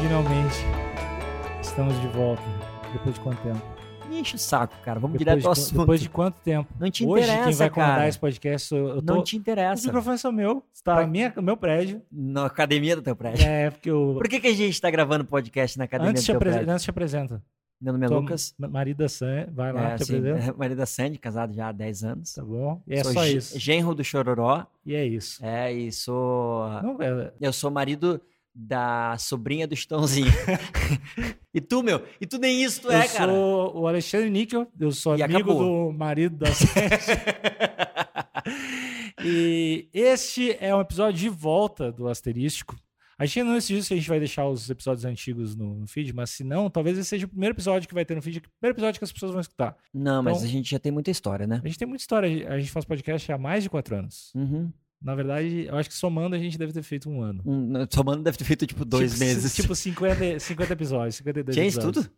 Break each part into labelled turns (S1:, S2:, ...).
S1: Finalmente, estamos de volta. Depois de quanto tempo?
S2: Me enche o saco, cara. Vamos
S1: Depois
S2: direto ao
S1: de,
S2: assunto.
S1: quan- depois de quanto tempo?
S2: Não te
S1: Hoje,
S2: interessa,
S1: quem vai comandar
S2: cara.
S1: esse podcast sou eu. eu tô...
S2: Não te
S1: Os
S2: interessa.
S1: microfones são meus,
S2: Tá.
S1: tá minha, meu prédio.
S2: Na academia do teu prédio.
S1: É, porque eu.
S2: Por que, que a gente tá gravando podcast na academia
S1: Antes
S2: do
S1: te,
S2: teu
S1: apre...
S2: prédio?
S1: Antes te apresenta.
S2: Meu nome é
S1: Tô-
S2: Lucas.
S1: Ma- Marida San, vai lá,
S2: É,
S1: te
S2: assim,
S1: apresenta.
S2: marido da Sandy, casado já há 10 anos.
S1: Tá bom? E é
S2: Sou
S1: só
S2: ge-
S1: isso.
S2: Genro do Chororó.
S1: E é isso.
S2: É, e sou.
S1: Não, é-
S2: Eu sou marido da sobrinha do Estãozinho. e tu, meu? E tu nem isso tu
S1: eu
S2: é, cara.
S1: sou o Alexandre Níquel, eu sou
S2: E
S1: amigo
S2: acabou.
S1: do marido da Sérgio. e este é um episódio de volta do Asterístico. A gente não decidiu se a gente vai deixar os episódios antigos no, no feed, mas se não, talvez esse seja o primeiro episódio que vai ter no feed, o primeiro episódio que as pessoas vão escutar.
S2: Não, mas
S1: Então-
S2: a gente já tem muita história, né?
S1: A gente tem muita história, a gente faz podcast há mais de quatro anos.
S2: Uhum.
S1: Na verdade, eu acho que somando a gente deve ter feito um ano.
S2: Um, somando deve ter feito tipo dois
S1: Tipo,
S2: meses.
S1: Tipo 50, 50 episódios, 52
S2: Tinha isso
S1: episódios.
S2: tudo?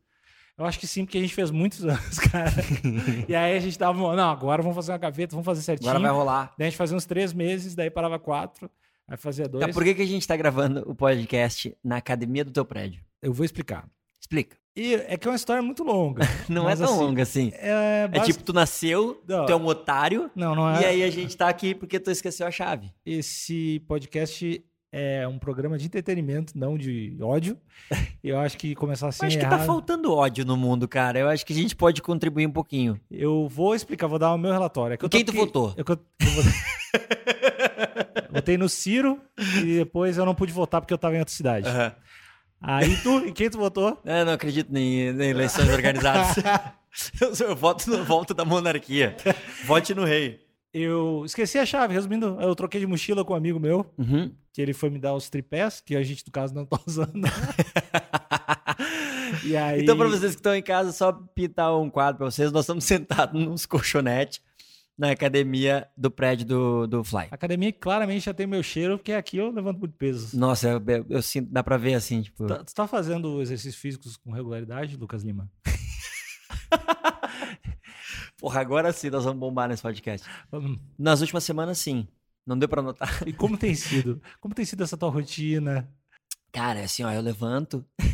S1: Eu acho que sim, porque a gente fez muitos anos, cara. e aí a gente tava, não, agora vamos fazer uma gaveta, vamos fazer certinho.
S2: Agora vai rolar.
S1: Daí a gente fazia uns três meses, daí parava quatro, aí fazia dois.
S2: Tá, por que, que a gente tá gravando o podcast na academia do teu prédio?
S1: Eu vou explicar.
S2: Explica.
S1: E é que é uma história muito longa.
S2: Não
S1: Mas
S2: é tão
S1: assim,
S2: longa assim.
S1: É,
S2: É
S1: basi-
S2: tipo, tu nasceu,
S1: Não.
S2: tu é um otário,
S1: Não, não é.
S2: e aí a gente tá aqui porque tu esqueceu a chave.
S1: Esse podcast é um programa de entretenimento, não de ódio. Eu acho que começar assim
S2: Eu acho
S1: é
S2: que tá
S1: errado.
S2: faltando ódio no mundo, cara. Eu acho que a gente pode contribuir um pouquinho.
S1: Eu vou explicar, vou dar o meu relatório. É que eu tô-
S2: Quem tu votou?
S1: Eu, que eu- eu votei- Votei no Ciro e depois eu não pude votar porque eu tava em outra cidade. Aí tu, e quem tu votou?
S2: Eu É, não acredito em em eleições organizadas. eu, sou- eu voto no volta da monarquia. Vote no rei.
S1: Eu esqueci a chave, resumindo, eu troquei de mochila com um amigo meu,
S2: Uhum.
S1: que ele foi me dar os tripés, que a gente, no caso, não tá usando. e aí...
S2: Então, pra vocês que estão em casa, só pintar um quadro pra vocês. Nós estamos sentados nos colchonetes na academia do prédio do, do Fly.
S1: A academia claramente já tem meu cheiro, porque aqui eu levanto muito peso.
S2: Nossa, eu, eu- eu sinto, dá pra ver assim, tipo.
S1: Tá- Tu tá fazendo exercícios físicos com regularidade, Lucas Lima?
S2: Porra, agora sim nós vamos bombar nesse podcast.
S1: Hum,
S2: Nas últimas semanas, sim. Não deu pra notar.
S1: E como tem sido? Como tem sido essa tua rotina?
S2: Cara, é assim, ó, eu levanto.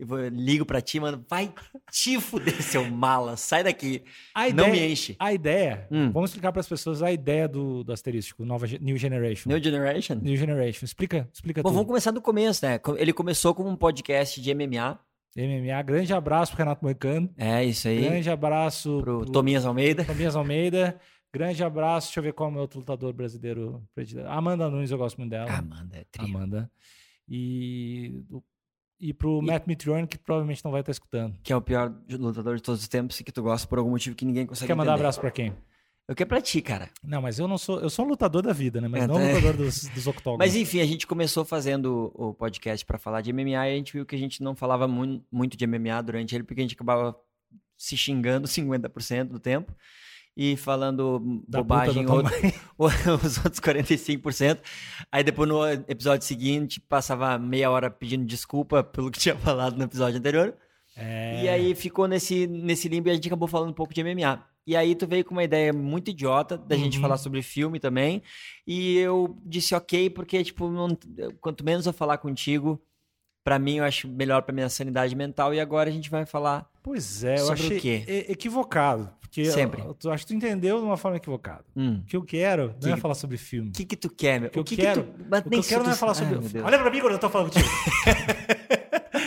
S2: Eu vou- eu ligo pra ti, mano. Vai te fuder, seu mala. Sai daqui.
S1: A
S2: Não
S1: ideia,
S2: me enche.
S1: a ideia
S2: Hum.
S1: vamos explicar para as pessoas a ideia do, do asterístico, nova, Ge- New Generation.
S2: New Generation?
S1: New Generation. Explica, explica
S2: Bom,
S1: tudo.
S2: vamos começar do começo, né? Co- Ele começou como um podcast de MMA.
S1: MMA, grande abraço pro Renato Moicano.
S2: É, isso aí.
S1: Grande abraço
S2: Pro Tominhas Almeida.
S1: Tobias Almeida. Grande abraço. Deixa eu ver qual é o meu outro lutador brasileiro. predileto. Amanda Nunes, eu gosto muito dela.
S2: Amanda, é tri.
S1: Amanda. E, e pro
S2: E-
S1: Matt Mitrione, que provavelmente não vai estar escutando.
S2: Que é o pior lutador de todos os tempos e que tu gosta por algum motivo que ninguém
S1: Você
S2: consegue
S1: quer mandar
S2: entender.
S1: abraço pra quem?
S2: Eu quero pra ti, cara.
S1: Não, mas eu não sou. Eu sou um lutador da vida, né? Mas
S2: É,
S1: não
S2: tá-
S1: um lutador dos, dos octógonos.
S2: Mas enfim, a gente começou fazendo o o podcast pra falar de MMA e a gente viu que a gente não falava mu- muito de MMA durante ele, porque a gente acabava se xingando 50% do tempo e falando
S1: Da puta
S2: bobagem
S1: do
S2: outro- os outros 45%. Aí depois no episódio seguinte passava meia hora pedindo desculpa pelo que tinha falado no episódio anterior.
S1: É,
S2: E aí ficou nesse, nesse limbo e a gente acabou falando um pouco de MMA. E aí tu veio com uma ideia muito idiota da gente
S1: Uhum.
S2: falar sobre filme também. E eu disse ok, porque, tipo, não- quanto menos eu falar contigo, pra mim eu acho melhor pra minha sanidade mental. E agora a gente vai falar.
S1: Pois é, eu
S2: Sobre o
S1: achei
S2: quê?
S1: e- equivocado. Porque eu-
S2: Sempre.
S1: Eu, tu- acho que tu entendeu de uma forma equivocada.
S2: Hum,
S1: O que eu quero não
S2: Que
S1: é
S2: que-
S1: falar sobre filme.
S2: o que que tu quer, meu?
S1: O que eu
S2: tu-
S1: quero-
S2: Mas
S1: O que
S2: nem
S1: eu
S2: se
S1: quero
S2: tu-
S1: não é falar
S2: Ai,
S1: sobre.
S2: meu Deus.
S1: Olha pra mim quando eu tô falando contigo.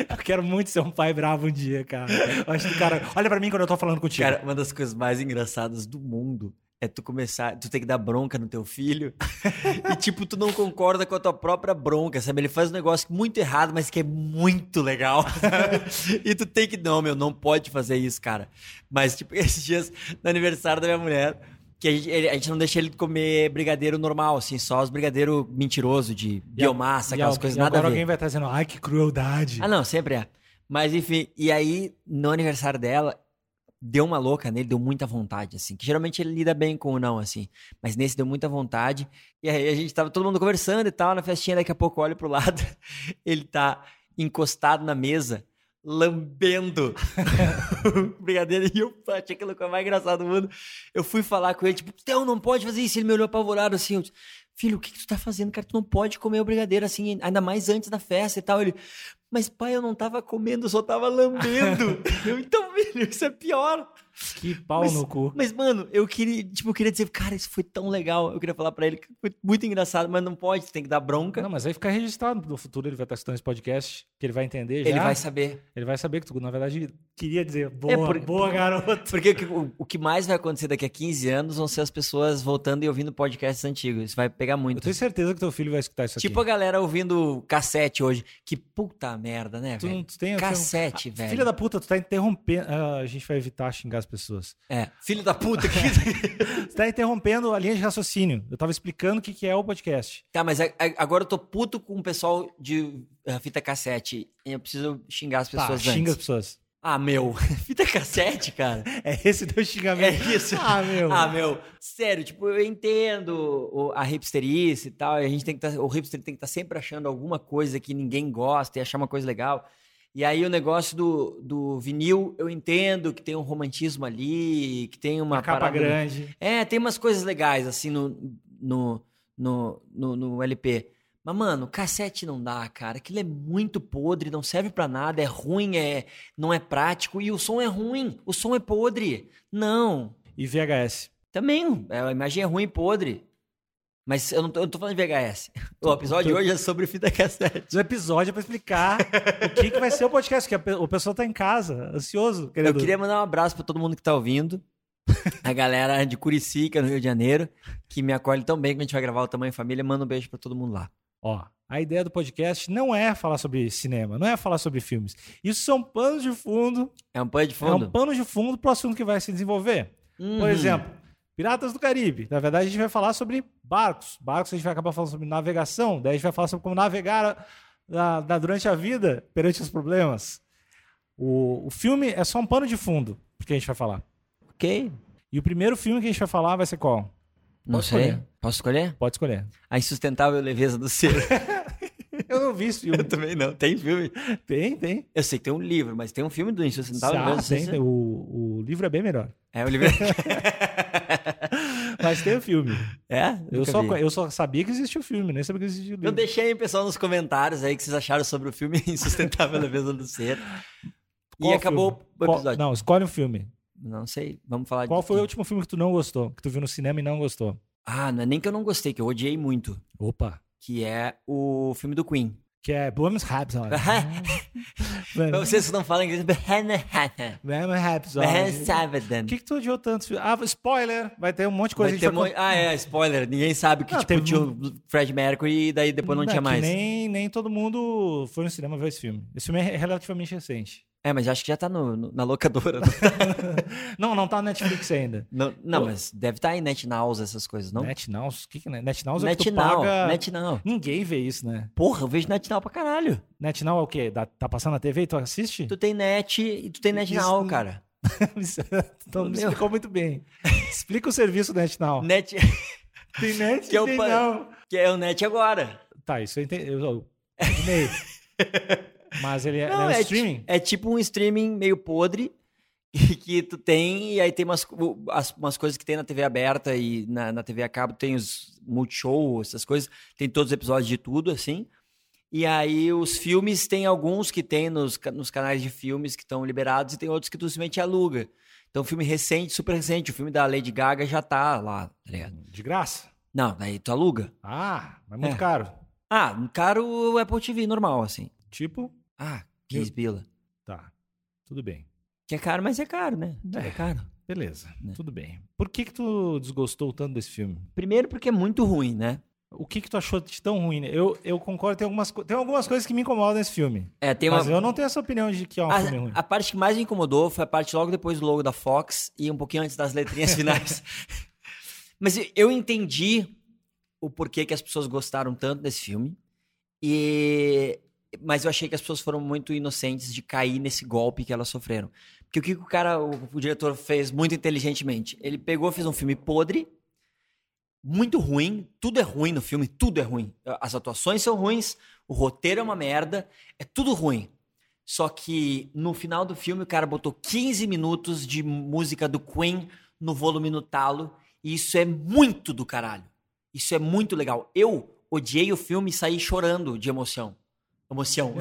S1: eu quero muito ser um pai bravo um dia, cara. Eu acho que, cara, olha pra mim quando eu tô falando contigo.
S2: Cara, uma das coisas mais engraçadas do mundo é tu começar, tu tem que dar bronca no teu filho e tipo tu não concorda com a tua própria bronca, sabe? Ele faz um negócio muito errado, mas que é muito legal. sabe? e tu tem que não, meu, não pode fazer isso, cara. Mas tipo esses dias no aniversário da minha mulher, Que a gente, ele- a gente não deixa ele comer brigadeiro normal, assim, só os brigadeiro mentiroso de biomassa,
S1: E
S2: aquelas
S1: al-
S2: coisas
S1: e
S2: nada a
S1: agora
S2: ver.
S1: alguém vai trazendo, ai, que crueldade.
S2: Ah, não, sempre é. Mas enfim, e aí, no aniversário dela, deu uma louca nele, deu muita vontade, assim. Que geralmente ele lida bem com o não, assim. Mas nesse deu muita vontade. E aí a gente tava todo mundo conversando e tal, na festinha, daqui a pouco eu olho pro lado, ele tá encostado na mesa, lambendo o brigadeiro. E eu achei aquilo que é mais engraçado do mundo. Eu fui falar com ele, tipo, Theo, não pode fazer isso. Ele me olhou apavorado assim. Eu disse, Filho, o que, que tu tá fazendo, cara? Tu não pode comer o brigadeiro assim, ainda mais antes da festa e tal. Ele, mas pai, eu não tava comendo, eu só tava lambendo. Eu, então, filho, isso é pior.
S1: Que pau
S2: Mas-
S1: no cu.
S2: Mas, mano, eu queria, tipo, eu queria dizer, cara, isso foi tão legal. Eu queria falar pra ele que foi muito engraçado, mas não pode, tem que dar bronca.
S1: Não, mas aí fica registrado. No futuro ele vai estar escutando esse podcast, que ele vai entender já.
S2: ele vai saber.
S1: Ele vai saber que tu, na verdade, queria dizer, boa,
S2: por-
S1: boa
S2: por-
S1: garoto.
S2: Porque o que- o, o que mais vai acontecer daqui a 15 anos vão ser as pessoas voltando e ouvindo podcasts antigos. Isso vai pegar
S1: Eu
S2: muito.
S1: tenho certeza que teu filho vai escutar isso
S2: Tipo
S1: aqui.
S2: a galera ouvindo cassete hoje. Que puta merda, né,
S1: Tu não
S2: velho?
S1: tem...
S2: Cassete,
S1: Ah,
S2: velho.
S1: Filha da puta, tu tá interrompendo... Ah, a gente vai evitar xingar as pessoas.
S2: É, filho da puta. Que...
S1: Tu tá interrompendo a linha de raciocínio. Eu tava explicando o que, que é o podcast.
S2: tá, mas a- a- agora eu tô puto com o pessoal de eh, fita cassete. Eu preciso xingar as
S1: Tá,
S2: pessoas
S1: xinga as
S2: antes.
S1: pessoas.
S2: Ah, meu. Fita cassete, cara.
S1: É esse teu
S2: É
S1: xingamento.
S2: isso.
S1: Ah, meu.
S2: Ah, meu, sério, tipo, eu entendo o- a hipsterice e tal, e a gente tem que tá, o hipster tem que estar sempre achando alguma coisa que ninguém gosta e achar uma coisa legal. E aí o negócio do, do vinil, eu entendo que tem um romantismo ali, que tem uma
S1: uma capa
S2: parada-
S1: grande.
S2: É, tem umas coisas legais, assim, no, no, no, no, no LP. Mas, mano, cassete não dá, cara. Aquilo é muito podre, não serve pra nada, é ruim, é, não é prático. E o som é ruim, o som é podre. Não,
S1: E VHS.
S2: também, é, a imagem é ruim e podre. Mas eu não tô, eu não tô falando de VHS. O
S1: Tô-
S2: episódio de
S1: tô-
S2: hoje é sobre fita cassete.
S1: Um episódio pra explicar o que, que vai ser o podcast, que a pe- o pessoal tá em casa, ansioso,
S2: Eu
S1: querendo.
S2: queria mandar um abraço pra todo mundo que tá ouvindo. A galera de Curicica, no Rio de Janeiro, que me acolhe tão bem que a gente vai gravar o Tamanho Família. Manda um beijo pra todo mundo lá.
S1: Ó, a ideia do podcast não é falar sobre cinema, não é falar sobre filmes. Isso são panos de fundo,
S2: É um pano de
S1: é um
S2: fundo?
S1: pano de fundo pro assunto que vai se desenvolver. Por
S2: Uhum.
S1: exemplo, Piratas do Caribe. Na verdade, a gente vai falar sobre barcos. Barcos a gente vai acabar falando sobre navegação, daí a gente vai falar sobre como navegar a- na- na- durante a vida perante os problemas. O, o filme é só um pano de fundo porque a gente vai falar.
S2: Ok.
S1: E o primeiro filme que a gente vai falar vai ser qual?
S2: Não
S1: Posso
S2: sei.
S1: escolher?
S2: Posso escolher?
S1: Pode escolher.
S2: A insustentável leveza do ser.
S1: Eu não vi esse filme.
S2: Eu também não. Tem filme?
S1: tem, tem.
S2: Eu sei que tem um livro, mas tem um filme do insustentável
S1: Ah,
S2: leveza do
S1: tem, tem.
S2: ser.
S1: O, o livro é bem melhor.
S2: É o livro.
S1: Mas tem o filme.
S2: é?
S1: Eu
S2: Nunca
S1: só,
S2: vi.
S1: co- eu só sabia que existia o filme, nem sabia que existia o livro.
S2: Eu deixei aí, pessoal, nos comentários aí que vocês acharam sobre o filme Insustentável Leveza do Ser.
S1: Qual
S2: e acabou
S1: filme?
S2: o
S1: Qual-
S2: episódio.
S1: não, escolhe um filme.
S2: não. sei, vamos falar
S1: Qual
S2: de...
S1: foi o último filme que tu não gostou? Que tu viu no cinema e não gostou?
S2: Ah, não é nem que eu não gostei, que eu odiei muito.
S1: Opa.
S2: Que é o filme do Queen.
S1: Que é Bohemian Rhapsody.
S2: pra vocês que não falam inglês...
S1: Bohemian Rhapsody. O
S2: Sabbath.
S1: que, que tu odiou tanto? esse filme? Ah, spoiler! Vai ter um monte de coisa.
S2: Vai
S1: a
S2: ter
S1: gente
S2: mo...
S1: vai
S2: Ah, é, spoiler. Ninguém sabe que
S1: Ah,
S2: tipo,
S1: teve
S2: tinha o Fred Mercury e daí depois não,
S1: É
S2: tinha
S1: que
S2: mais.
S1: Nem, nem todo mundo foi no cinema ver esse filme. Esse filme é relativamente recente.
S2: É, mas acho que já tá no- no- na locadora. né?
S1: Não, não tá na Netflix ainda.
S2: não, não,
S1: Pô.
S2: mas deve estar tá em NetNows essas coisas, não?
S1: NetNows? O que, que é NetNows? é que tu
S2: NetNow,
S1: paga...
S2: NetNow.
S1: Ninguém vê isso, né?
S2: Porra, eu vejo NetNow pra caralho.
S1: NetNow é o quê? Da- tá passando na TV e tu assiste?
S2: Tu tem net e tu tem net
S1: Isso
S2: now,
S1: não-
S2: cara.
S1: então não
S2: Meu.
S1: explicou muito bem. Explica o serviço do NetNow.
S2: Net,
S1: Tem Net
S2: Que é o
S1: tem
S2: pa-
S1: não.
S2: que é o net agora.
S1: Tá, isso eu entendi. Eu, eu imaginei. Mas ele é,
S2: Não,
S1: ele é um
S2: é, ti-
S1: streaming?
S2: é tipo um streaming meio podre e que tu tem, e aí tem umas, co- as- umas coisas que tem na TV aberta e na, na TV a cabo tem os multishow, essas coisas, tem todos os episódios de tudo, assim. E aí os filmes tem alguns que tem nos, ca- nos canais de filmes que estão liberados e tem outros que tu simplesmente aluga. Então, filme recente, super recente, o filme da Lady Gaga já tá lá, tá ligado?
S1: De graça?
S2: Não, daí tu aluga.
S1: Ah, mas muito
S2: É.
S1: caro.
S2: Ah, caro o Apple TV, normal, assim.
S1: Tipo,
S2: Ah, 15 pila.
S1: tá. Tudo bem.
S2: Que é caro, mas é caro, né? É,
S1: É.
S2: caro.
S1: Beleza.
S2: Né.
S1: Tudo bem. Por que que tu desgostou tanto desse filme?
S2: Primeiro porque é muito ruim, né?
S1: O que que tu achou de tão ruim? né? Eu, eu concordo, tem algumas, co- tem algumas coisas que me incomodam nesse filme.
S2: É, tem
S1: mas
S2: uma... Ah,
S1: eu não tenho essa opinião de que é um filme ruim.
S2: A, a parte que mais me incomodou foi a parte logo depois do logo da Fox e um pouquinho antes das letrinhas finais. Mas eu entendi o porquê que as pessoas gostaram tanto desse filme. E mas eu achei que as pessoas foram muito inocentes de cair nesse golpe que elas sofreram. Porque o que que o cara, o, o diretor fez muito inteligentemente? Ele pegou, fez um filme podre, muito ruim, tudo é ruim no filme, tudo é ruim. As atuações são ruins, o roteiro é uma merda, é tudo ruim. Só que no final do filme o cara botou 15 minutos de música do Queen no volume no talo, e isso é muito do caralho. Isso é muito legal. Eu odiei o filme e saí chorando de emoção. Emoção.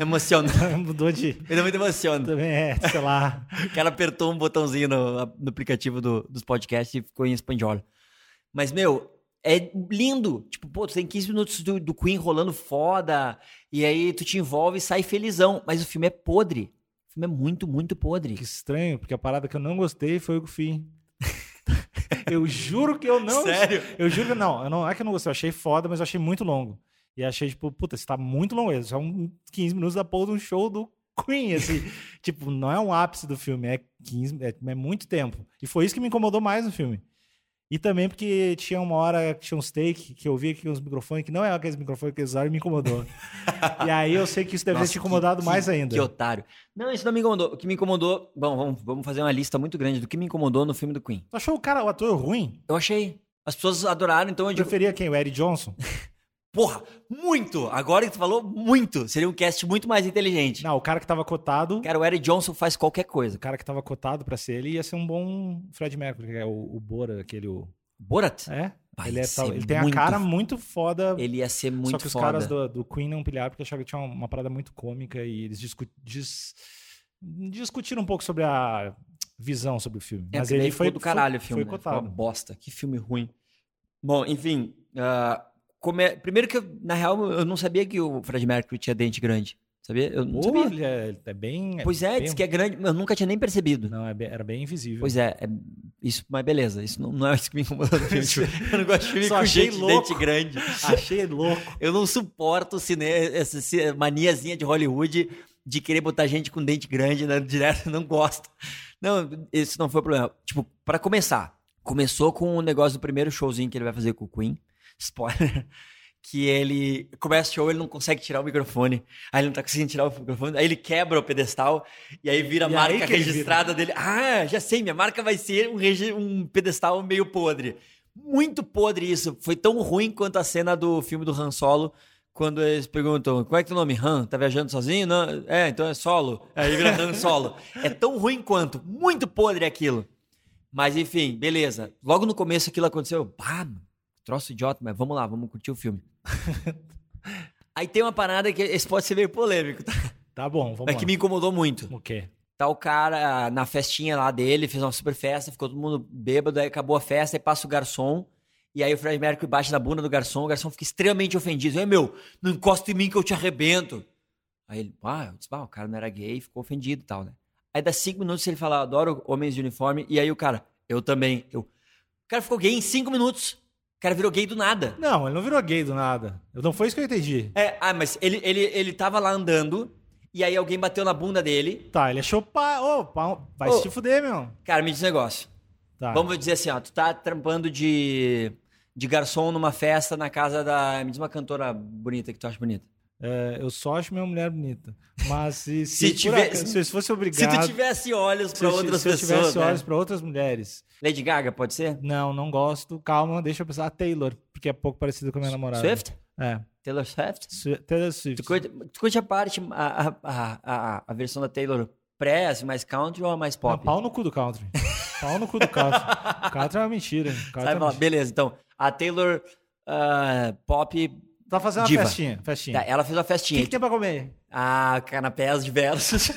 S2: Emociono.
S1: Mudou de.
S2: Eu também emociono.
S1: Também é, sei lá.
S2: O cara apertou um botãozinho no, no aplicativo do- dos podcasts e ficou em espanhol. Mas, meu, é lindo. Tipo, pô, tu tem 15 minutos do, do Queen rolando foda. E aí tu te envolve e sai felizão. Mas o filme é podre. O filme é muito, muito podre.
S1: Que estranho, porque a parada que eu não gostei foi o fim. eu juro que eu não.
S2: Sério?
S1: Eu juro que não. Eu não é que eu não gostei, eu achei foda, mas eu achei muito longo. E achei, tipo, puta, isso tá muito longo. Isso é um 15 minutos da porra de um show do Queen, assim. tipo, não é um ápice do filme, é 15, é, é muito tempo. E foi isso que me incomodou mais no filme. E também porque tinha uma hora que tinha um steak que eu vi que os microfones, que não é aqueles microfones que eles usaram, e me incomodou. e aí eu sei que isso deve
S2: Nossa,
S1: ter te incomodado
S2: que-
S1: mais
S2: que-
S1: ainda.
S2: Que otário. Não, isso não me incomodou. O que me incomodou. Bom, vamos, vamos fazer uma lista muito grande do que me incomodou no filme do Queen.
S1: Tu achou o cara, o ator ruim?
S2: Eu achei. As pessoas adoraram, então eu
S1: Eu
S2: digo,
S1: preferia quem? O Eric Johnson?
S2: porra, muito! Agora que tu falou, muito! Seria um cast muito mais inteligente.
S1: Não, o cara que tava cotado.
S2: Cara, o Eric Johnson faz qualquer coisa.
S1: O cara que tava cotado pra ser ele ia ser um bom Fred Mercury, que é o, o Bora, aquele. o-
S2: Borat?
S1: É?
S2: Vai
S1: Ele, é
S2: ser
S1: tal- ele tem a
S2: muito
S1: cara
S2: f-
S1: muito foda.
S2: Ele ia ser muito
S1: só que os
S2: foda.
S1: caras do, do Queen não pilharam porque achavam que tinha uma, uma parada muito cômica e eles discu- dis- discutiram um pouco sobre a visão sobre o filme.
S2: É,
S1: Mas
S2: porque daí
S1: ele
S2: ficou
S1: foi
S2: do caralho o
S1: foi-
S2: filme.
S1: Foi
S2: né? Ficou Uma
S1: cotado.
S2: bosta, que filme ruim. Bom, enfim. ah, come- Primeiro que, eu, na real, eu não sabia que o Fred Mercury tinha dente grande. Sabia? Eu não sabia.
S1: Olha, ele é bem.
S2: Pois é,
S1: bem-
S2: diz que é grande, mas eu nunca tinha nem percebido.
S1: Não, é bem- era bem invisível.
S2: Pois é, é- isso, mas beleza, isso não, não é isso que me incomodou no filme. tipo, eu não gosto de filme
S1: Só
S2: com
S1: achei
S2: gente de
S1: louco.
S2: dente grande.
S1: Achei louco.
S2: Eu não suporto cine... essa ci- maniazinha de Hollywood de querer botar gente com dente grande né, direto, não gosto. Não, esse não foi o problema. Tipo, pra começar, começou com o negócio do primeiro showzinho que ele vai fazer com o Queen, spoiler, que ele começa o show, ele não consegue tirar o microfone, aí ele não tá conseguindo tirar o microfone, aí ele quebra o pedestal e aí vira a
S1: E aí
S2: marca
S1: que ele
S2: registrada dele. Ah, já sei, minha marca vai ser um, regi- um pedestal meio podre. Muito podre isso. Foi tão ruim quanto a cena do filme do Han Solo, quando eles perguntam, como é que é o nome? Han, tá viajando sozinho? Não. É, então é solo. Aí vira Han Solo. É tão ruim quanto. Muito podre aquilo. Mas enfim, beleza. Logo no começo aquilo aconteceu. Bah, mano, troço idiota, mas vamos lá, vamos curtir o filme. Aí tem uma parada que esse pode ser meio polêmico, tá?
S1: Tá bom, vamos
S2: mas
S1: lá.
S2: que me incomodou muito
S1: O quê?
S2: tá o cara na festinha lá dele, fez uma super festa, ficou todo mundo bêbado, aí acabou a festa, aí passa o garçom, e aí o Fred Mercury bate na bunda do garçom, o garçom fica extremamente ofendido. Ei, meu, não encosta em mim que eu te arrebento. Aí ele, ah, eu disse, ah, o cara não era gay, ficou ofendido e tal, né? Aí dá cinco minutos ele fala, adoro homens de uniforme, e aí o cara, eu também, eu. O cara ficou gay em cinco minutos. O cara virou gay do nada.
S1: Não, ele não virou gay do nada. Eu- Não foi isso que eu entendi.
S2: É, ah, mas ele, ele, ele tava lá andando, e aí alguém bateu na bunda dele.
S1: Tá, ele achou pá. Ô, pá, vai
S2: Ô.
S1: se fuder, meu.
S2: Cara, me diz um negócio.
S1: Tá.
S2: Vamos dizer assim, ó, tu tá trampando de, de garçom numa festa na casa da. Me diz uma cantora bonita que tu acha bonita.
S1: É, eu só acho minha mulher bonita. Mas se,
S2: Se
S1: se,
S2: tiver-
S1: tiver, se eu fosse
S2: Se
S1: obrigado.
S2: tu tivesse olhos
S1: se
S2: pra
S1: eu-
S2: outras
S1: se eu
S2: pessoas.
S1: tivesse
S2: né?
S1: olhos pra outras mulheres.
S2: Lady Gaga, pode ser?
S1: Não, não gosto. Calma, deixa eu pensar. A Taylor, porque é pouco parecido com a minha namorada.
S2: Swift?
S1: É.
S2: Taylor Swift?
S1: Swi- Taylor Swift.
S2: Tu curte, tu curte a parte, a, a, a, a, a versão da Taylor pré, assim, mais country ou a mais
S1: Não,
S2: pop?
S1: pau no cu do country. pau no cu do country. country é uma mentira. Country é
S2: Sabe
S1: uma
S2: falar,
S1: mentira.
S2: beleza, então, a Taylor ah, pop,
S1: Tá fazendo uma
S2: Diva.
S1: festinha. Festinha.
S2: tá, ela fez uma
S1: O que,
S2: festinha.
S1: que tem pra comer?
S2: Ah, canapés diversos.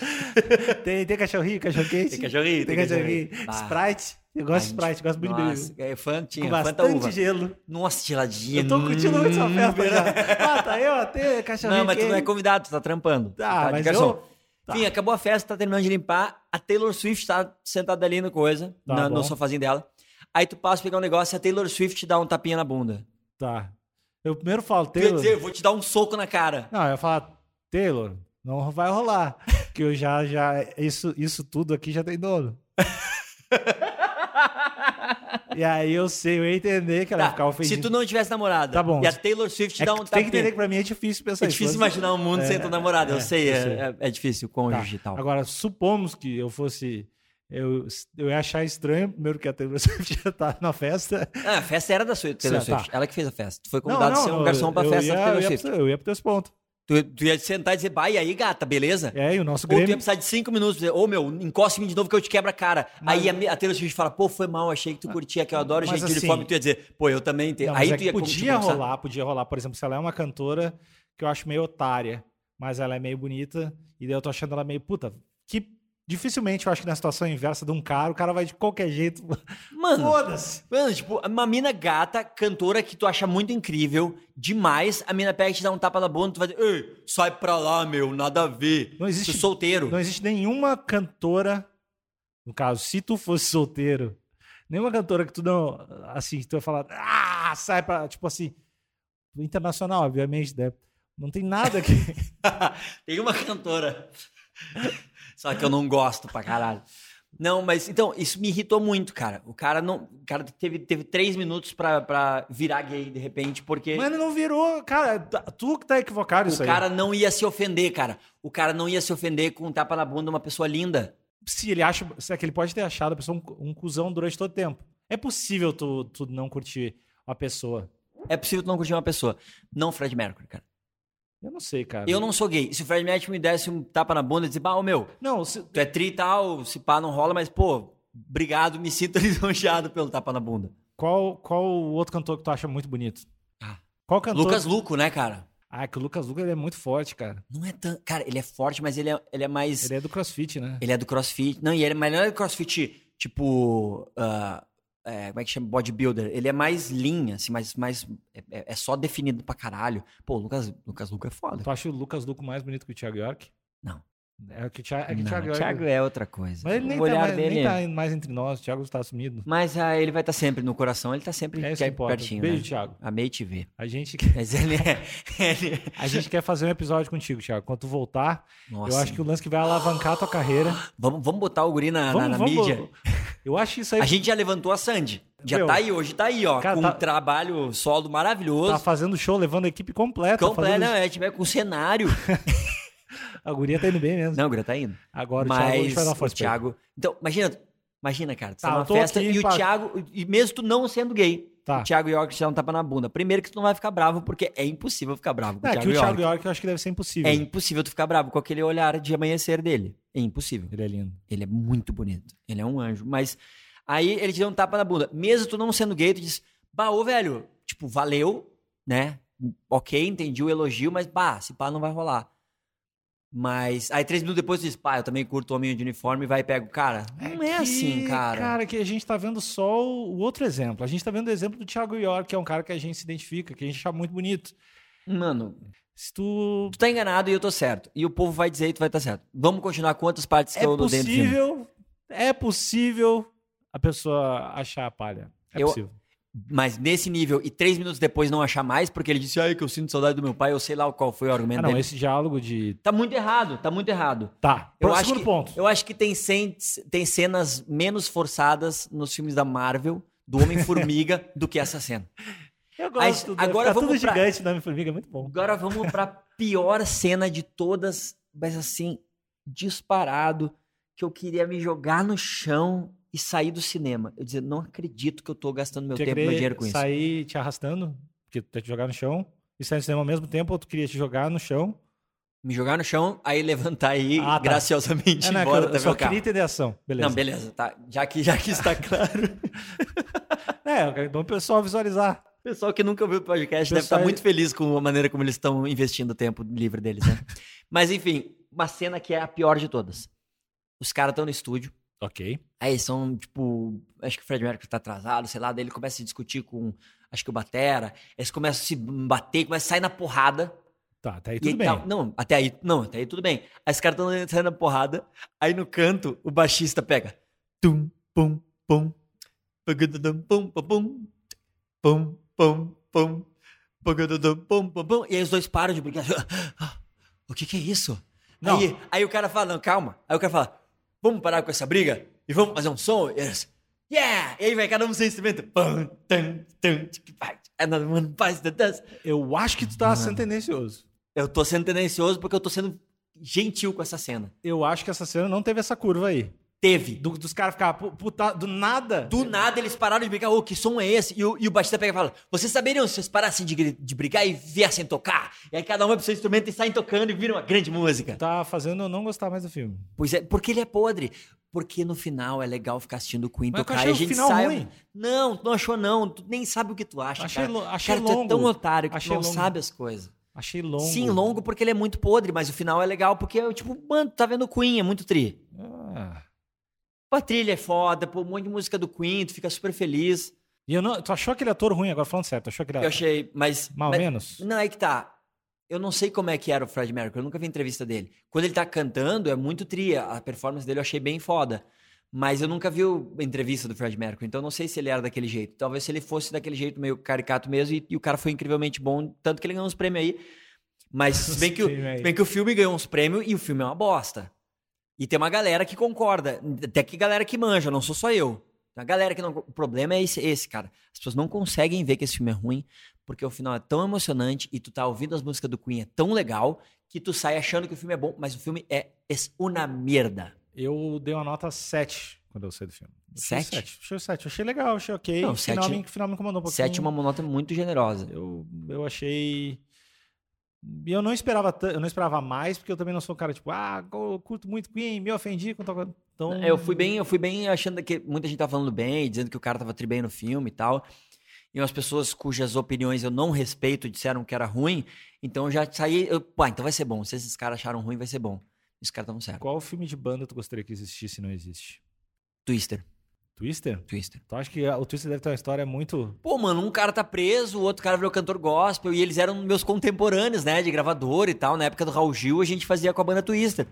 S1: Tem, tem cachorrinho, cachorro quente?
S2: Tem cachorrinho,
S1: Tem
S2: tem cachorrinho.
S1: cachorrinho.
S2: Ah,
S1: Sprite. Eu gosto de
S2: Ai,
S1: Sprite, gosto muito
S2: Nossa,
S1: de
S2: é fã, tinha,
S1: Com
S2: fã da uva.
S1: bastante gelo.
S2: Nossa, geladinha.
S1: Eu tô curtindo muito essa
S2: Hum,
S1: festa já. Ah, tá eu até cachorrinho
S2: Não, mas tu
S1: quente.
S2: não é convidado, tu tá trampando. Tu
S1: Tá,
S2: de
S1: mas
S2: garçom.
S1: eu... tá.
S2: Enfim, acabou a festa, tá terminando de limpar. A Taylor Swift tá sentada ali no coisa,
S1: Tá
S2: na- no
S1: bom.
S2: sofazinho dela. Aí tu passa a pegar um negócio e a Taylor Swift te dá um tapinha na bunda.
S1: Tá. Eu primeiro falo,
S2: Tu ia
S1: Taylor...
S2: dizer, eu vou te dar um soco na cara.
S1: Não, eu ia falar, Taylor, não vai rolar. Que eu já, já... Isso, isso tudo aqui já tem dono. E aí eu sei, eu ia entender que ela ia ficar
S2: Tá, se
S1: ofendida.
S2: tu não tivesse namorada
S1: Tá bom.
S2: e a Taylor Swift te
S1: É
S2: dá
S1: que
S2: um
S1: tu tem que
S2: tapinha.
S1: entender que pra mim é difícil pensar
S2: É difícil
S1: isso. mas-
S2: imaginar um mundo sem tua namorada,
S1: é, Tá.
S2: eu sei,
S1: eu
S2: é,
S1: sei.
S2: é- é difícil, cônjuge e tal.
S1: Agora, supomos que eu fosse. Eu, eu ia achar estranho, primeiro que a Taylor Swift já tá na festa.
S2: Ah, a festa era da sua Taylor
S1: Tá.
S2: Swift, ela que fez a festa. Tu foi convidado a ser um garçom pra
S1: eu
S2: festa
S1: ia,
S2: da Taylor
S1: eu ia,
S2: Swift.
S1: pro- Eu ia pro teus pontos.
S2: Tu, tu ia sentar e dizer, vai, e aí gata, beleza?
S1: É, e o nosso
S2: Ou tu ia
S1: Grêmio.
S2: precisar de cinco minutos, dizer, ô meu, encosta em mim de novo que eu te quebro a cara. Aí a, me- a Taylor Swift fala, pô, foi mal, achei que tu curtia, que eu adoro
S1: Mas
S2: gente de
S1: assim-
S2: uniforme. Tu ia dizer, pô, eu também entendo.
S1: Não, mas
S2: Aí
S1: é
S2: tu
S1: que
S2: ia como te
S1: podia
S2: conversar.
S1: rolar, podia rolar. Por exemplo, se ela é uma cantora que eu acho meio otária, mas ela é meio bonita, e daí eu tô achando ela meio puta. Que dificilmente eu acho que na situação inversa de um cara, o cara vai de qualquer jeito.
S2: Mano,
S1: Foda-se!
S2: mano, tipo, uma mina gata, cantora que tu acha muito incrível, demais, a mina pega e te dá um tapa na bunda, tu vai dizer, ei, sai pra lá, meu, nada a ver.
S1: Não existe-
S2: Tu solteiro.
S1: Não existe nenhuma cantora, no caso, se tu fosse solteiro, nenhuma cantora que tu não, assim, que tu ia falar, ah, sai pra, tipo assim, internacional, obviamente, né? Não tem nada que...
S2: Tem uma cantora. Só que eu não gosto pra caralho. Não, mas então, isso me irritou muito, cara. O cara não. O cara teve, teve três minutos pra, pra virar gay de repente, porque
S1: Mano, não virou, cara, tu que tá equivocado
S2: o
S1: é isso aí.
S2: cara não ia se ofender, cara. O cara não ia se ofender com um tapa na bunda de uma pessoa linda.
S1: se ele acha. Se é que ele pode ter achado a pessoa um, um cuzão durante todo o tempo. É possível tu, tu não curtir a pessoa.
S2: É possível tu não curtir uma pessoa. Não, Fred Mercury, cara.
S1: Eu não sei, cara.
S2: Eu não sou gay. Se o Fred Mercury me desse um tapa na bunda e dizer, bah, ô meu,
S1: Não, se-
S2: tu é tri e tal, se pá, não rola, mas, pô, obrigado, me sinto lisonjeado pelo tapa na bunda.
S1: qual, qual o outro cantor que tu acha muito bonito?
S2: Ah.
S1: Qual cantor?
S2: Lucas Luco, né, cara?
S1: Ah, que o Lucas Luca ele é muito forte, cara.
S2: Não é tão. Cara, ele é forte, mas ele é, ele é mais. Ele
S1: Ele é do crossfit, né?
S2: é... do crossfit. Não, e ele, mas não é do crossfit tipo. ah, é, como é que chama? Bodybuilder. Ele é mais lean, assim, mais. mais é, é- é só definido pra caralho. Pô, o Lucas, Lucas Luco é foda.
S1: Tu acha o Lucas Luco mais bonito que o Thiago York?
S2: Não.
S1: É que o Thiago, é que o
S2: Não,
S1: Thiago York.
S2: Thiago é outra coisa.
S1: Mas ele nem,
S2: o
S1: tá
S2: olhar
S1: mais,
S2: dele. é-
S1: nem tá mais entre nós, o Thiago está sumido.
S2: Mas ah, ele vai estar sempre no coração, ele tá sempre
S1: É isso que importa.
S2: pertinho.
S1: Beijo,
S2: né?
S1: Thiago.
S2: Amei te ver.
S1: A gente,
S2: Mas ele é. ele-
S1: a gente quer fazer um episódio contigo, Thiago. Quando tu voltar,
S2: Nossa.
S1: eu acho que o lance que vai alavancar a tua carreira.
S2: Vamos, vamos botar o guri na, na- na mídia.
S1: Eu acho isso aí
S2: A gente já levantou a Sandy. Já
S1: Meu.
S2: tá aí hoje, tá aí, ó.
S1: Cara,
S2: com
S1: tá-
S2: um trabalho solo maravilhoso.
S1: tá fazendo show, levando a equipe completa. tá
S2: completo,
S1: fazendo-
S2: não, é, tiver com cenário.
S1: A guria tá indo bem mesmo.
S2: não, o Gura tá indo.
S1: Agora o Thiago, a gente
S2: Mas
S1: vai dar
S2: o
S1: força pra ele.
S2: Thiago. Então, imagina, imagina, cara, tu tá,
S1: Tá, eu
S2: numa
S1: tô
S2: festa
S1: aqui
S2: e o
S1: pra-
S2: Thiago, e mesmo tu não sendo gay,
S1: Tá.
S2: o Thiago York te dá um tapa na bunda. Primeiro que tu não vai ficar bravo, porque é impossível ficar bravo com
S1: Não,
S2: o
S1: é que
S2: Thiago,
S1: o Thiago
S2: York.
S1: York eu acho que deve ser impossível.
S2: É impossível tu ficar bravo com aquele olhar de amanhecer dele. É impossível.
S1: Ele é lindo.
S2: Ele é muito bonito. Ele é um anjo. Mas aí ele te deu um tapa na bunda. Mesmo tu não sendo gay, tu diz, bah, ô velho, tipo, valeu, né? Ok, entendi o elogio, mas bah, se pá, não vai rolar. Mas aí três minutos depois tu diz, pá, eu também curto o homem de uniforme, vai e pega o cara. Não é,
S1: que,
S2: assim, cara.
S1: Cara, que a gente tá vendo só o o outro exemplo. A gente tá vendo o exemplo do Thiago York, que é um cara que a gente se identifica, que a gente acha muito bonito.
S2: Mano,
S1: Se tu.
S2: tu tá enganado e eu tô certo. E o povo vai dizer e tu vai estar certo. Vamos continuar quantas partes que
S1: É
S2: eu não dentro. de mim?
S1: possível. É possível a pessoa achar a palha. É
S2: Eu-
S1: possível.
S2: Mas nesse nível, e três minutos depois não achar mais, porque ele disse, ai, que eu sinto saudade do meu pai, eu sei lá qual foi o argumento
S1: Ah, não,
S2: dele.
S1: esse diálogo de.
S2: Tá muito errado, tá muito errado.
S1: Tá.
S2: Eu
S1: Pro
S2: acho,
S1: segundo
S2: que,
S1: ponto.
S2: eu acho que tem, cen- tem cenas menos forçadas nos filmes da Marvel, do Homem-Formiga, do que essa cena.
S1: Eu
S2: Mas
S1: gosto.
S2: agora
S1: Agora tá tudo
S2: vamos pra-
S1: gigante da minha formiga, é muito bom.
S2: Agora vamos pra pior cena de todas, mas assim, disparado, que eu queria me jogar no chão e sair do cinema. Eu dizer, não acredito que eu tô gastando meu
S1: Tu ia
S2: tempo e meu
S1: querer
S2: dinheiro com isso.
S1: sair te arrastando, porque tu ia te jogar no chão, e sair no cinema ao mesmo tempo, ou tu queria te jogar no chão.
S2: Me jogar no chão, aí levantar e
S1: Ah, tá.
S2: graciosamente
S1: É,
S2: ir
S1: não, é que
S2: embora
S1: eu, eu
S2: também
S1: só
S2: o carro.
S1: queria entender a ação. Beleza.
S2: Não, beleza, tá. Já que, já que está claro.
S1: É, eu quero então o pessoal visualizar.
S2: O pessoal que nunca ouviu o podcast deve
S1: Pessoal-
S2: estar muito feliz com a maneira como eles estão investindo o tempo livre deles, né? Mas enfim, uma cena que é a pior de todas. Os caras estão no estúdio,
S1: Ok.
S2: aí são, tipo, acho que o Fred Mercury tá atrasado, sei lá, daí ele começa a discutir com, acho que o Batera, eles começam a se bater, começam a sair na porrada.
S1: Tá, tá aí
S2: E
S1: tudo
S2: aí
S1: bem.
S2: tá- não, até aí, não, até aí tudo bem. Aí os caras estão saindo na porrada, aí no canto o baixista pega. Tum, pum, pum. Pagadadam, pum, pum, pum. Pum, pum, pum. Pagadadam, pum, pum, pum. E aí os dois param de brigar. Ah, O que que é isso?
S1: Não.
S2: Aí, aí o cara fala, não, calma. Aí o cara fala, vamos parar com essa briga e vamos fazer um som. E eles, Yeah! E aí vai cada um seu instrumento. Pam, tam, tam, tic, pac, another one bites the dust.
S1: Eu acho que tu tá sendo tendencioso.
S2: Eu tô sendo tendencioso porque eu tô sendo gentil com essa cena.
S1: Eu acho que essa cena não teve essa curva aí.
S2: Teve. Do,
S1: Do- dos caras ficar pu- puta, do nada.
S2: do nada eles pararam de brigar. Ô, que som é esse? E o, e o baixista pega e fala: Vocês saberiam se vocês parassem de, gri- de brigar e viessem tocar? E aí cada um vai pro seu instrumento e saem tocando e vira uma grande música.
S1: Tá fazendo eu não gostar mais do filme.
S2: Pois é, porque ele é podre. Porque no final é legal ficar assistindo o Queen
S1: Mas eu
S2: tocar
S1: achei
S2: e a
S1: o
S2: gente
S1: final
S2: sai.
S1: ruim.
S2: Não, tu não achou, não. Tu nem sabe o que tu acha.
S1: Achei
S2: cara.
S1: lo- achei
S2: cara, tu é tão
S1: longo.
S2: otário que
S1: Achei
S2: tu não
S1: longo.
S2: sabe as coisas.
S1: Achei longo.
S2: Sim, longo porque ele é muito podre, mas o final é legal porque eu, tipo, mano, tu tá vendo o Queen, é muito tri.
S1: Ah.
S2: Pô, A trilha é foda, pô, um monte de música do Queen, tu fica super feliz.
S1: E eu não, tu achou aquele ator ruim agora, falando certo? tu Achou aquele
S2: Eu
S1: ator
S2: achei, mas.
S1: mal
S2: mas-
S1: menos?
S2: Não, é que tá. Eu não sei como é que era o Fred Mercury, eu nunca vi entrevista dele. Quando ele tá cantando, é muito tria. A performance dele eu achei bem foda. Mas eu nunca vi o- a entrevista do Fred Mercury, então eu não sei se ele era daquele jeito. Talvez se ele fosse daquele jeito meio caricato mesmo, e, e o cara foi incrivelmente bom, tanto que ele ganhou uns prêmios aí. Mas se bem que, o-
S1: Sim, é
S2: se
S1: velho.
S2: bem que o filme ganhou uns prêmios e o filme é uma bosta. E tem uma galera que concorda, até que galera que manja, não sou só eu. Tem uma galera que não. O problema é esse, esse, cara. As pessoas não conseguem ver que esse filme é ruim, porque o final é tão emocionante e tu tá ouvindo as músicas do Queen é tão legal que tu sai achando que o filme é bom, mas o filme é es una merda.
S1: Eu dei uma nota 7 quando eu saí do filme. Achei
S2: Sete?
S1: sete, Achei 7. Achei legal, achei ok.
S2: Não,
S1: o final,
S2: sete-
S1: me, o final me incomodou um pouquinho.
S2: Sete é uma nota muito generosa.
S1: Eu, eu achei. E eu não esperava tan- eu não esperava mais, porque eu também não sou um cara tipo, ah, eu curto muito Queen, me ofendi com tal coisa. Então,
S2: É, Eu fui bem, eu fui bem achando que muita gente tava falando bem, dizendo que o cara tava tri bem no filme e tal. E umas pessoas cujas opiniões eu não respeito disseram que era ruim, então eu já saí, eu, pá, então vai ser bom. Se esses caras acharam ruim, vai ser bom. Os caras estavam certos.
S1: Qual filme de banda tu gostaria que existisse e não existe?
S2: Twister,
S1: Twister?
S2: Twister.
S1: Tu acha que a- o Twister deve ter uma história muito.
S2: Pô, mano, um cara tá preso, o outro cara virou cantor gospel, e eles eram meus contemporâneos, né? De gravador e tal. Na época do Raul Gil, a gente fazia com a banda Twister.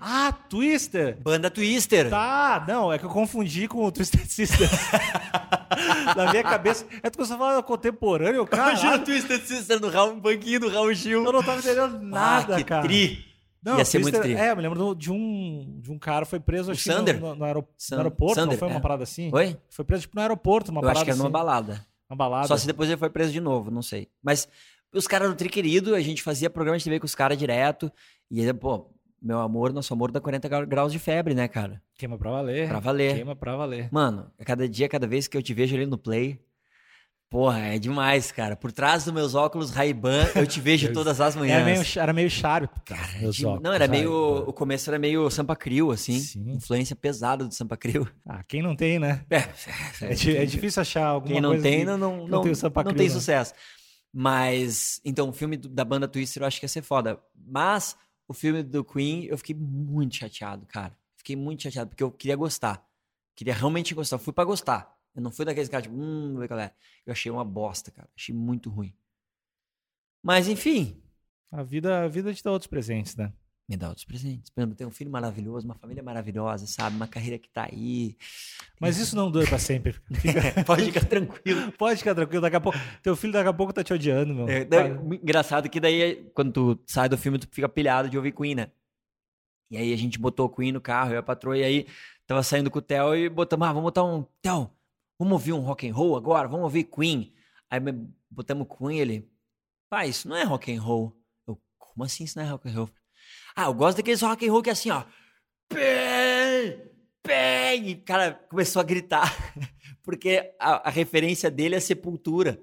S1: Ah, Twister!
S2: Banda Twister.
S1: Tá, não, é que eu confundi com o Twisted Sister. Na minha cabeça. É tu começou a falar contemporâneo, cara.
S2: Imagina o Twister Sister no Raul, um banquinho do Raul Gil.
S1: Eu não tava entendendo nada,
S2: ah, que
S1: cara.
S2: tri.
S1: Não,
S2: Ia ser
S1: Twister-
S2: muito tri.
S1: É, eu me lembro do- de um, de um cara foi preso
S2: O
S1: acho que no-
S2: Sander?
S1: no, no aero-
S2: San-
S1: no aeroporto,
S2: Sander,
S1: não foi uma
S2: é.
S1: parada assim?
S2: Oi?
S1: Foi preso tipo no aeroporto, uma
S2: eu
S1: parada
S2: acho que era
S1: assim,
S2: numa balada.
S1: uma balada.
S2: Só se depois ele foi preso de novo, não sei. Mas os caras do Tri Querido, a gente fazia programa de TV com os caras direto. E ele, pô, meu amor, nosso amor dá 40 gra- graus de febre, né, cara?
S1: Queima pra valer.
S2: Pra valer.
S1: É, Queima pra valer.
S2: Mano, a cada dia, cada vez que eu te vejo ali no play, porra, é demais, cara. Por trás dos meus óculos Ray-Ban, eu te vejo todas as manhãs. é
S1: Era é meio, era meio Sharp, cara. meus
S2: De-
S1: óculos,
S2: Não, era
S1: sabe?
S2: meio. O começo era meio Sampa Crio, assim.
S1: Sim.
S2: Influência pesada do Sampa Crio.
S1: Ah, quem não tem, né?
S2: É,
S1: É, di- é difícil achar alguma
S2: Quem não
S1: coisa
S2: tem,
S1: que-
S2: não, não,
S1: não
S2: não,
S1: tem o Sampa
S2: não
S1: Crio,
S2: tem
S1: né?
S2: sucesso. Mas, então, o filme do- da banda Twister eu acho que ia ser foda. Mas, o filme do Queen, eu fiquei muito chateado, cara. Fiquei muito chateado, porque eu queria gostar. Queria realmente gostar. Eu fui pra gostar. Eu não fui daqueles caras, tipo, hum, vou ver qual é. Eu achei uma bosta, cara. Achei muito ruim. Mas, enfim,
S1: A vida, a vida te dá outros presentes, né?
S2: me dá outros presentes. Por exemplo, tem um filho maravilhoso, uma família maravilhosa, sabe? Uma carreira que tá aí.
S1: Mas isso não dura pra sempre.
S2: Pode ficar tranquilo.
S1: Pode ficar tranquilo, daqui a pouco. Teu filho daqui a pouco tá te odiando, meu.
S2: É, daí- engraçado que daí, quando tu sai do filme, tu fica pilhado de ouvir Queen, né? E aí a gente botou o Queen no carro, eu e a patroa, e aí tava saindo com o Theo e botamos, ah, vamos botar um, Theo, vamos ouvir um rock and roll agora, vamos ouvir Queen. Aí me- botamos Queen, ele, pai, isso não é rock and roll. Eu, como assim isso não é rock and roll? Ah, eu gosto daqueles rock and roll que é assim, ó, bem, bem, e o cara começou a gritar, porque a- a referência dele é Sepultura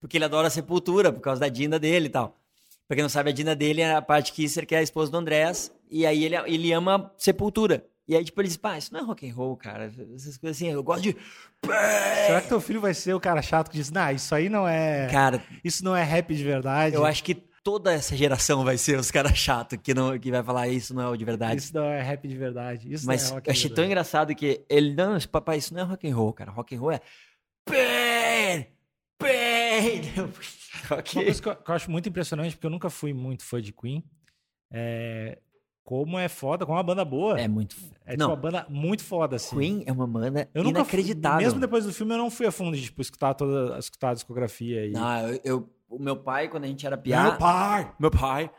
S2: porque ele adora a Sepultura, por causa da Dinda dele e tal. Pra quem não sabe, a Dinda dele é a Pat Kisser, que é a esposa do Andrés, e aí ele, ele ama Sepultura. E aí, tipo, ele diz, pá, isso não é rock and roll, cara. Essas coisas assim, eu gosto de...
S1: Será que teu filho vai ser o cara chato que diz, nah, isso aí não é.
S2: Cara,
S1: Isso não é rap de verdade.
S2: eu acho que toda essa geração vai ser os caras chatos que, não- que vai falar isso não é o de verdade.
S1: Isso não é rap de verdade. Isso
S2: Mas
S1: não é
S2: eu
S1: rock
S2: achei
S1: de
S2: tão
S1: verdade.
S2: engraçado que ele, não, esse papai, isso não é rock and roll, cara. Rock and roll é... Pain! Pain!
S1: Uma
S2: Ok.
S1: coisa que eu, que eu acho muito impressionante, porque eu nunca fui muito fã de Queen, é como é foda, como é uma banda boa.
S2: É
S1: É,
S2: muito...
S1: tipo
S2: não.
S1: uma banda muito foda, assim.
S2: Queen é uma banda
S1: eu nunca fui-
S2: inacreditável.
S1: mesmo depois do filme, eu não fui a fundo de tipo, escutar toda escutar a discografia e.
S2: Não, eu, eu- o meu pai, quando a gente era piá,
S1: Meu pai!
S2: meu pai,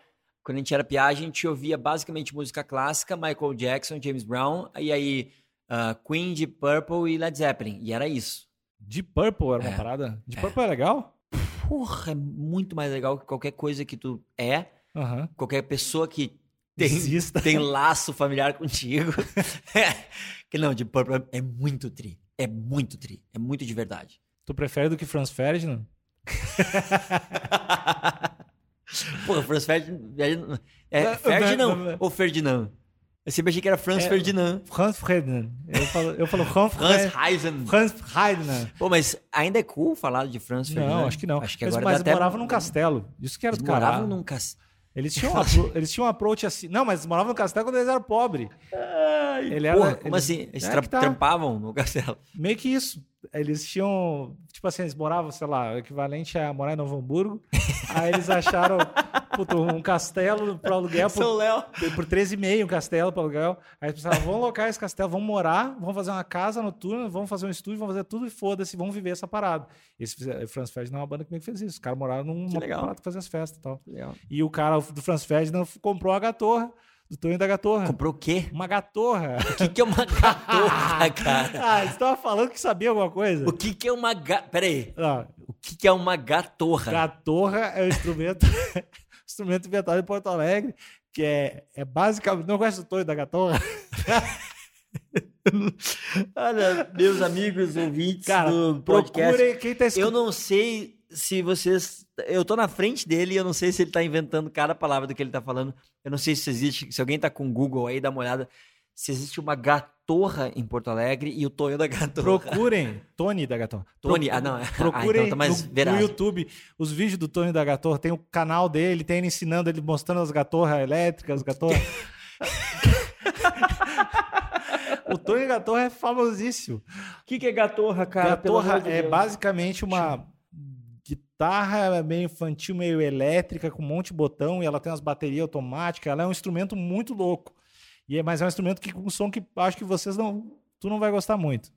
S2: quando a gente era piá, a gente ouvia basicamente música clássica, Michael Jackson, James Brown, e aí ah, Queen, Deep Purple e Led Zeppelin. E era isso.
S1: De Purple era uma
S2: É.
S1: parada? De Purple é legal?
S2: Porra, é muito mais legal que qualquer coisa que tu é,
S1: Aham.
S2: qualquer pessoa que tem,
S1: Desista.
S2: tem laço familiar contigo. é, que não, Deep Purple é muito tri. É muito tri. É muito de verdade.
S1: Tu prefere do que Franz Ferdinand?
S2: Porra, Franz Ferdinand. É
S1: Não, não,
S2: Ferdinand
S1: não.
S2: ou Ferdinand? Eu sempre achei que era Franz
S1: É,
S2: Ferdinand.
S1: Franz Ferdinand. Eu falo, eu falo Franz
S2: Franz
S1: Ferdinand.
S2: Heisen.
S1: Franz Ferdinand.
S2: Pô, mas ainda é cool falar de Franz Ferdinand?
S1: Não, acho que não.
S2: Acho que
S1: Eles-
S2: agora
S1: mas
S2: dá até... um
S1: moravam num castelo. Isso que era
S2: Eles
S1: do caralho.
S2: moravam num castelo.
S1: Eles tinham, um apro- eles tinham um approach assim. Não, mas moravam no castelo quando eles eram pobres. Ele era-
S2: Porra, como
S1: eles-
S2: assim? Eles
S1: É
S2: tra-
S1: que tá.
S2: trampavam no castelo.
S1: Meio que isso. Eles tinham. Tipo assim, eles moravam, sei lá, o equivalente a morar em Novo Hamburgo. Aí eles acharam puto, um castelo para aluguel por,
S2: São Léo.
S1: por 13,5 um castelo para aluguel. Aí eles pensaram, vamos alocar esse castelo, vamos morar, vamos fazer uma casa noturna, vamos fazer um estúdio, vamos fazer tudo e foda-se, vamos viver essa parada. Esse Franz Ferdinand é uma banda que meio que fez isso. Os caras moraram numa
S2: legal.
S1: parada que fazia as festas e tal. E o cara do Franz Ferdinand comprou a gatorra, do Tonho da Gatorra.
S2: Comprou o quê?
S1: Uma gatorra.
S2: O que, que é uma gatorra, cara?
S1: ah, você tava falando que sabia alguma coisa?
S2: O que, que é uma ga... Peraí.
S1: Não,
S2: O que, que é uma gatorra?
S1: Gatorra é um instrumento, instrumento inventado em Porto Alegre, que é, é basicamente. Não conhece o Tonho da Gatorra?
S2: Olha, meus amigos ouvintes
S1: Cara,
S2: do um podcast.
S1: procurem quem tá
S2: Eu
S1: escutando.
S2: não sei se vocês. Eu tô na frente dele e eu não sei se ele tá inventando cada palavra do que ele tá falando. Eu não sei se existe. Se alguém tá com o Google aí, dá uma olhada. Se existe uma gatorra em Porto Alegre e o Tonho da gatorra.
S1: Procurem Tony da Gatorra.
S2: Tony,
S1: Procu-
S2: ah, não. Ah, então
S1: Procurem
S2: tá mais
S1: no,
S2: veraz.
S1: no YouTube os vídeos do Tony da Gatorra. Tem o canal dele, tem ele ensinando, ele mostrando as gatorras elétricas, gatorras. o Tony Gatorra é famosíssimo.
S2: O que, que é gatorra, cara?
S1: Gatorra é basicamente uma guitarra meio infantil, meio elétrica, com um monte de botão, e ela tem umas baterias automáticas, ela é um instrumento muito louco. E é, mas é um instrumento que com um som que acho que vocês não. Tu não vai gostar muito.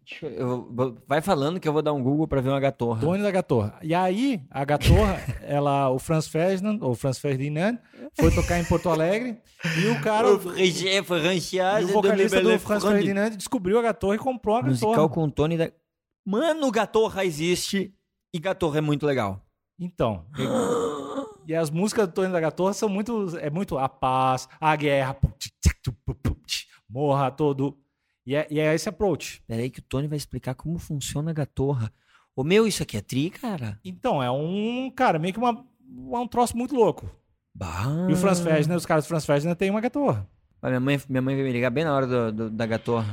S2: vai falando que eu vou dar um Google pra ver uma gatorra.
S1: Tony da Gatorra. E aí, a Gatorra, ela, o Franz Ferdinand, ou Franz Ferdinand, foi tocar em Porto Alegre, e o cara.
S2: O Frigé Franciase
S1: e o
S2: do
S1: vocalista do
S2: Lebelé
S1: Franz
S2: Frandi.
S1: Ferdinand descobriu a Gatorra e comprou a
S2: Musical
S1: Gatorra.
S2: com Tony da. Mano, gatorra existe e gatorra é muito legal.
S1: Então, e- e, as músicas do Tony da Gatorra são muito, é muito a paz, a guerra, pum, tch, tch, tu, pu, pu, tch, morra todo. E é, e é esse approach.
S2: Peraí que o Tony vai explicar como funciona a gatorra. Ô meu, isso aqui é tri, cara?
S1: Então, é um, cara, meio que uma, uma- um troço muito louco.
S2: Bah.
S1: E o Franz Ferdinand, os caras do Franz Ferdinand tem uma Gatorra.
S2: Ó, Minha mãe, minha mãe veio me ligar bem na hora do- do- da gatorra.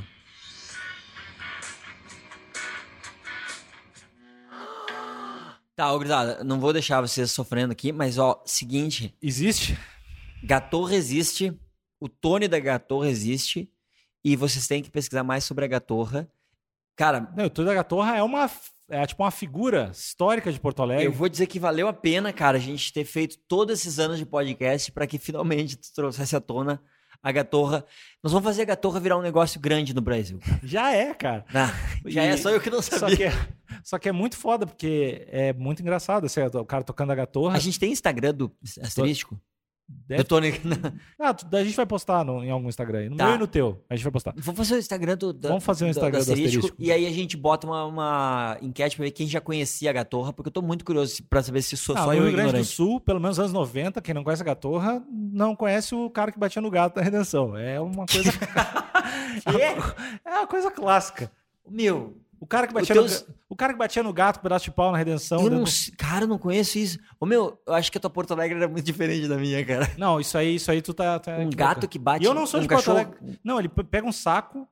S2: Tá, ô grisada, não vou deixar vocês sofrendo aqui, mas ó, seguinte,
S1: Existe?
S2: Gatorra existe, o Tony da Gatorra existe, e vocês têm que pesquisar mais sobre a Gatorra. Cara,
S1: Não, o Tony da Gatorra é uma, f- é tipo uma figura histórica de Porto Alegre.
S2: eu vou dizer que valeu a pena, cara, a gente ter feito todos esses anos de podcast para que finalmente tu trouxesse à tona a Gatorra. Nós vamos fazer a Gatorra virar um negócio grande no Brasil. cara.
S1: Já é, cara.
S2: Ah, já é
S1: E-
S2: só eu que não
S1: Só
S2: sabia.
S1: que, é, só que é muito foda, porque é muito engraçado, assim, o cara tocando a Gatorra.
S2: A gente tem Instagram do Asterístico?
S1: deve
S2: Do Tony...
S1: Ah, tu- a gente vai postar no- em algum Instagram aí. No
S2: Tá.
S1: meu e no teu. A gente vai postar.
S2: Vamos fazer o Instagram do... do-
S1: Vamos fazer um
S2: do- do
S1: Instagram do asterisco.
S2: E é aí a gente bota uma, uma enquete pra ver quem já conhecia a Gatorra, porque eu tô muito curioso se- pra saber se sou
S1: Ah,
S2: só
S1: no
S2: eu
S1: Rio Grande do
S2: ignorante.
S1: Sul, pelo menos anos 90, quem não conhece a Gatorra, não conhece o cara que batia no gato da Redenção. É uma coisa. é uma coisa clássica.
S2: Meu,
S1: O cara que
S2: O
S1: batia,
S2: teu-
S1: no, ga- o cara que batia no gato com pedaço de pau na Redenção. né?
S2: eu
S1: dentro
S2: não,
S1: do-
S2: sei- cara, eu não conheço isso. Ô, meu, eu acho que a tua Porto Alegre era muito diferente da minha, cara.
S1: Não, isso aí, isso aí tu tá. tá
S2: Um
S1: equivocado.
S2: gato que bate
S1: E eu não sou
S2: um
S1: de Porto
S2: cachorro.
S1: Alegre. Não, ele pe- pega um saco,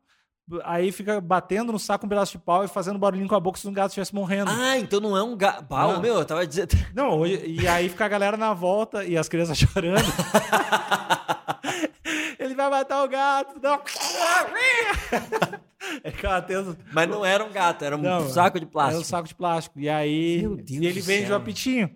S1: aí fica batendo no saco um pedaço de pau e fazendo barulhinho com a boca se um gato estivesse morrendo.
S2: Ah, então não é um gato. Pau,
S1: Não.
S2: meu, eu tava dizendo.
S1: Não, hoje- e aí fica a galera na volta e as crianças chorando. Ele vai matar o gato. Não. É que ela tem um-
S2: Mas não era um gato, era um
S1: Não,
S2: saco de
S1: é um
S2: plástico.
S1: saco de plástico. E aí
S2: Meu Deus
S1: e ele
S2: do
S1: vende o
S2: céu.
S1: apitinho.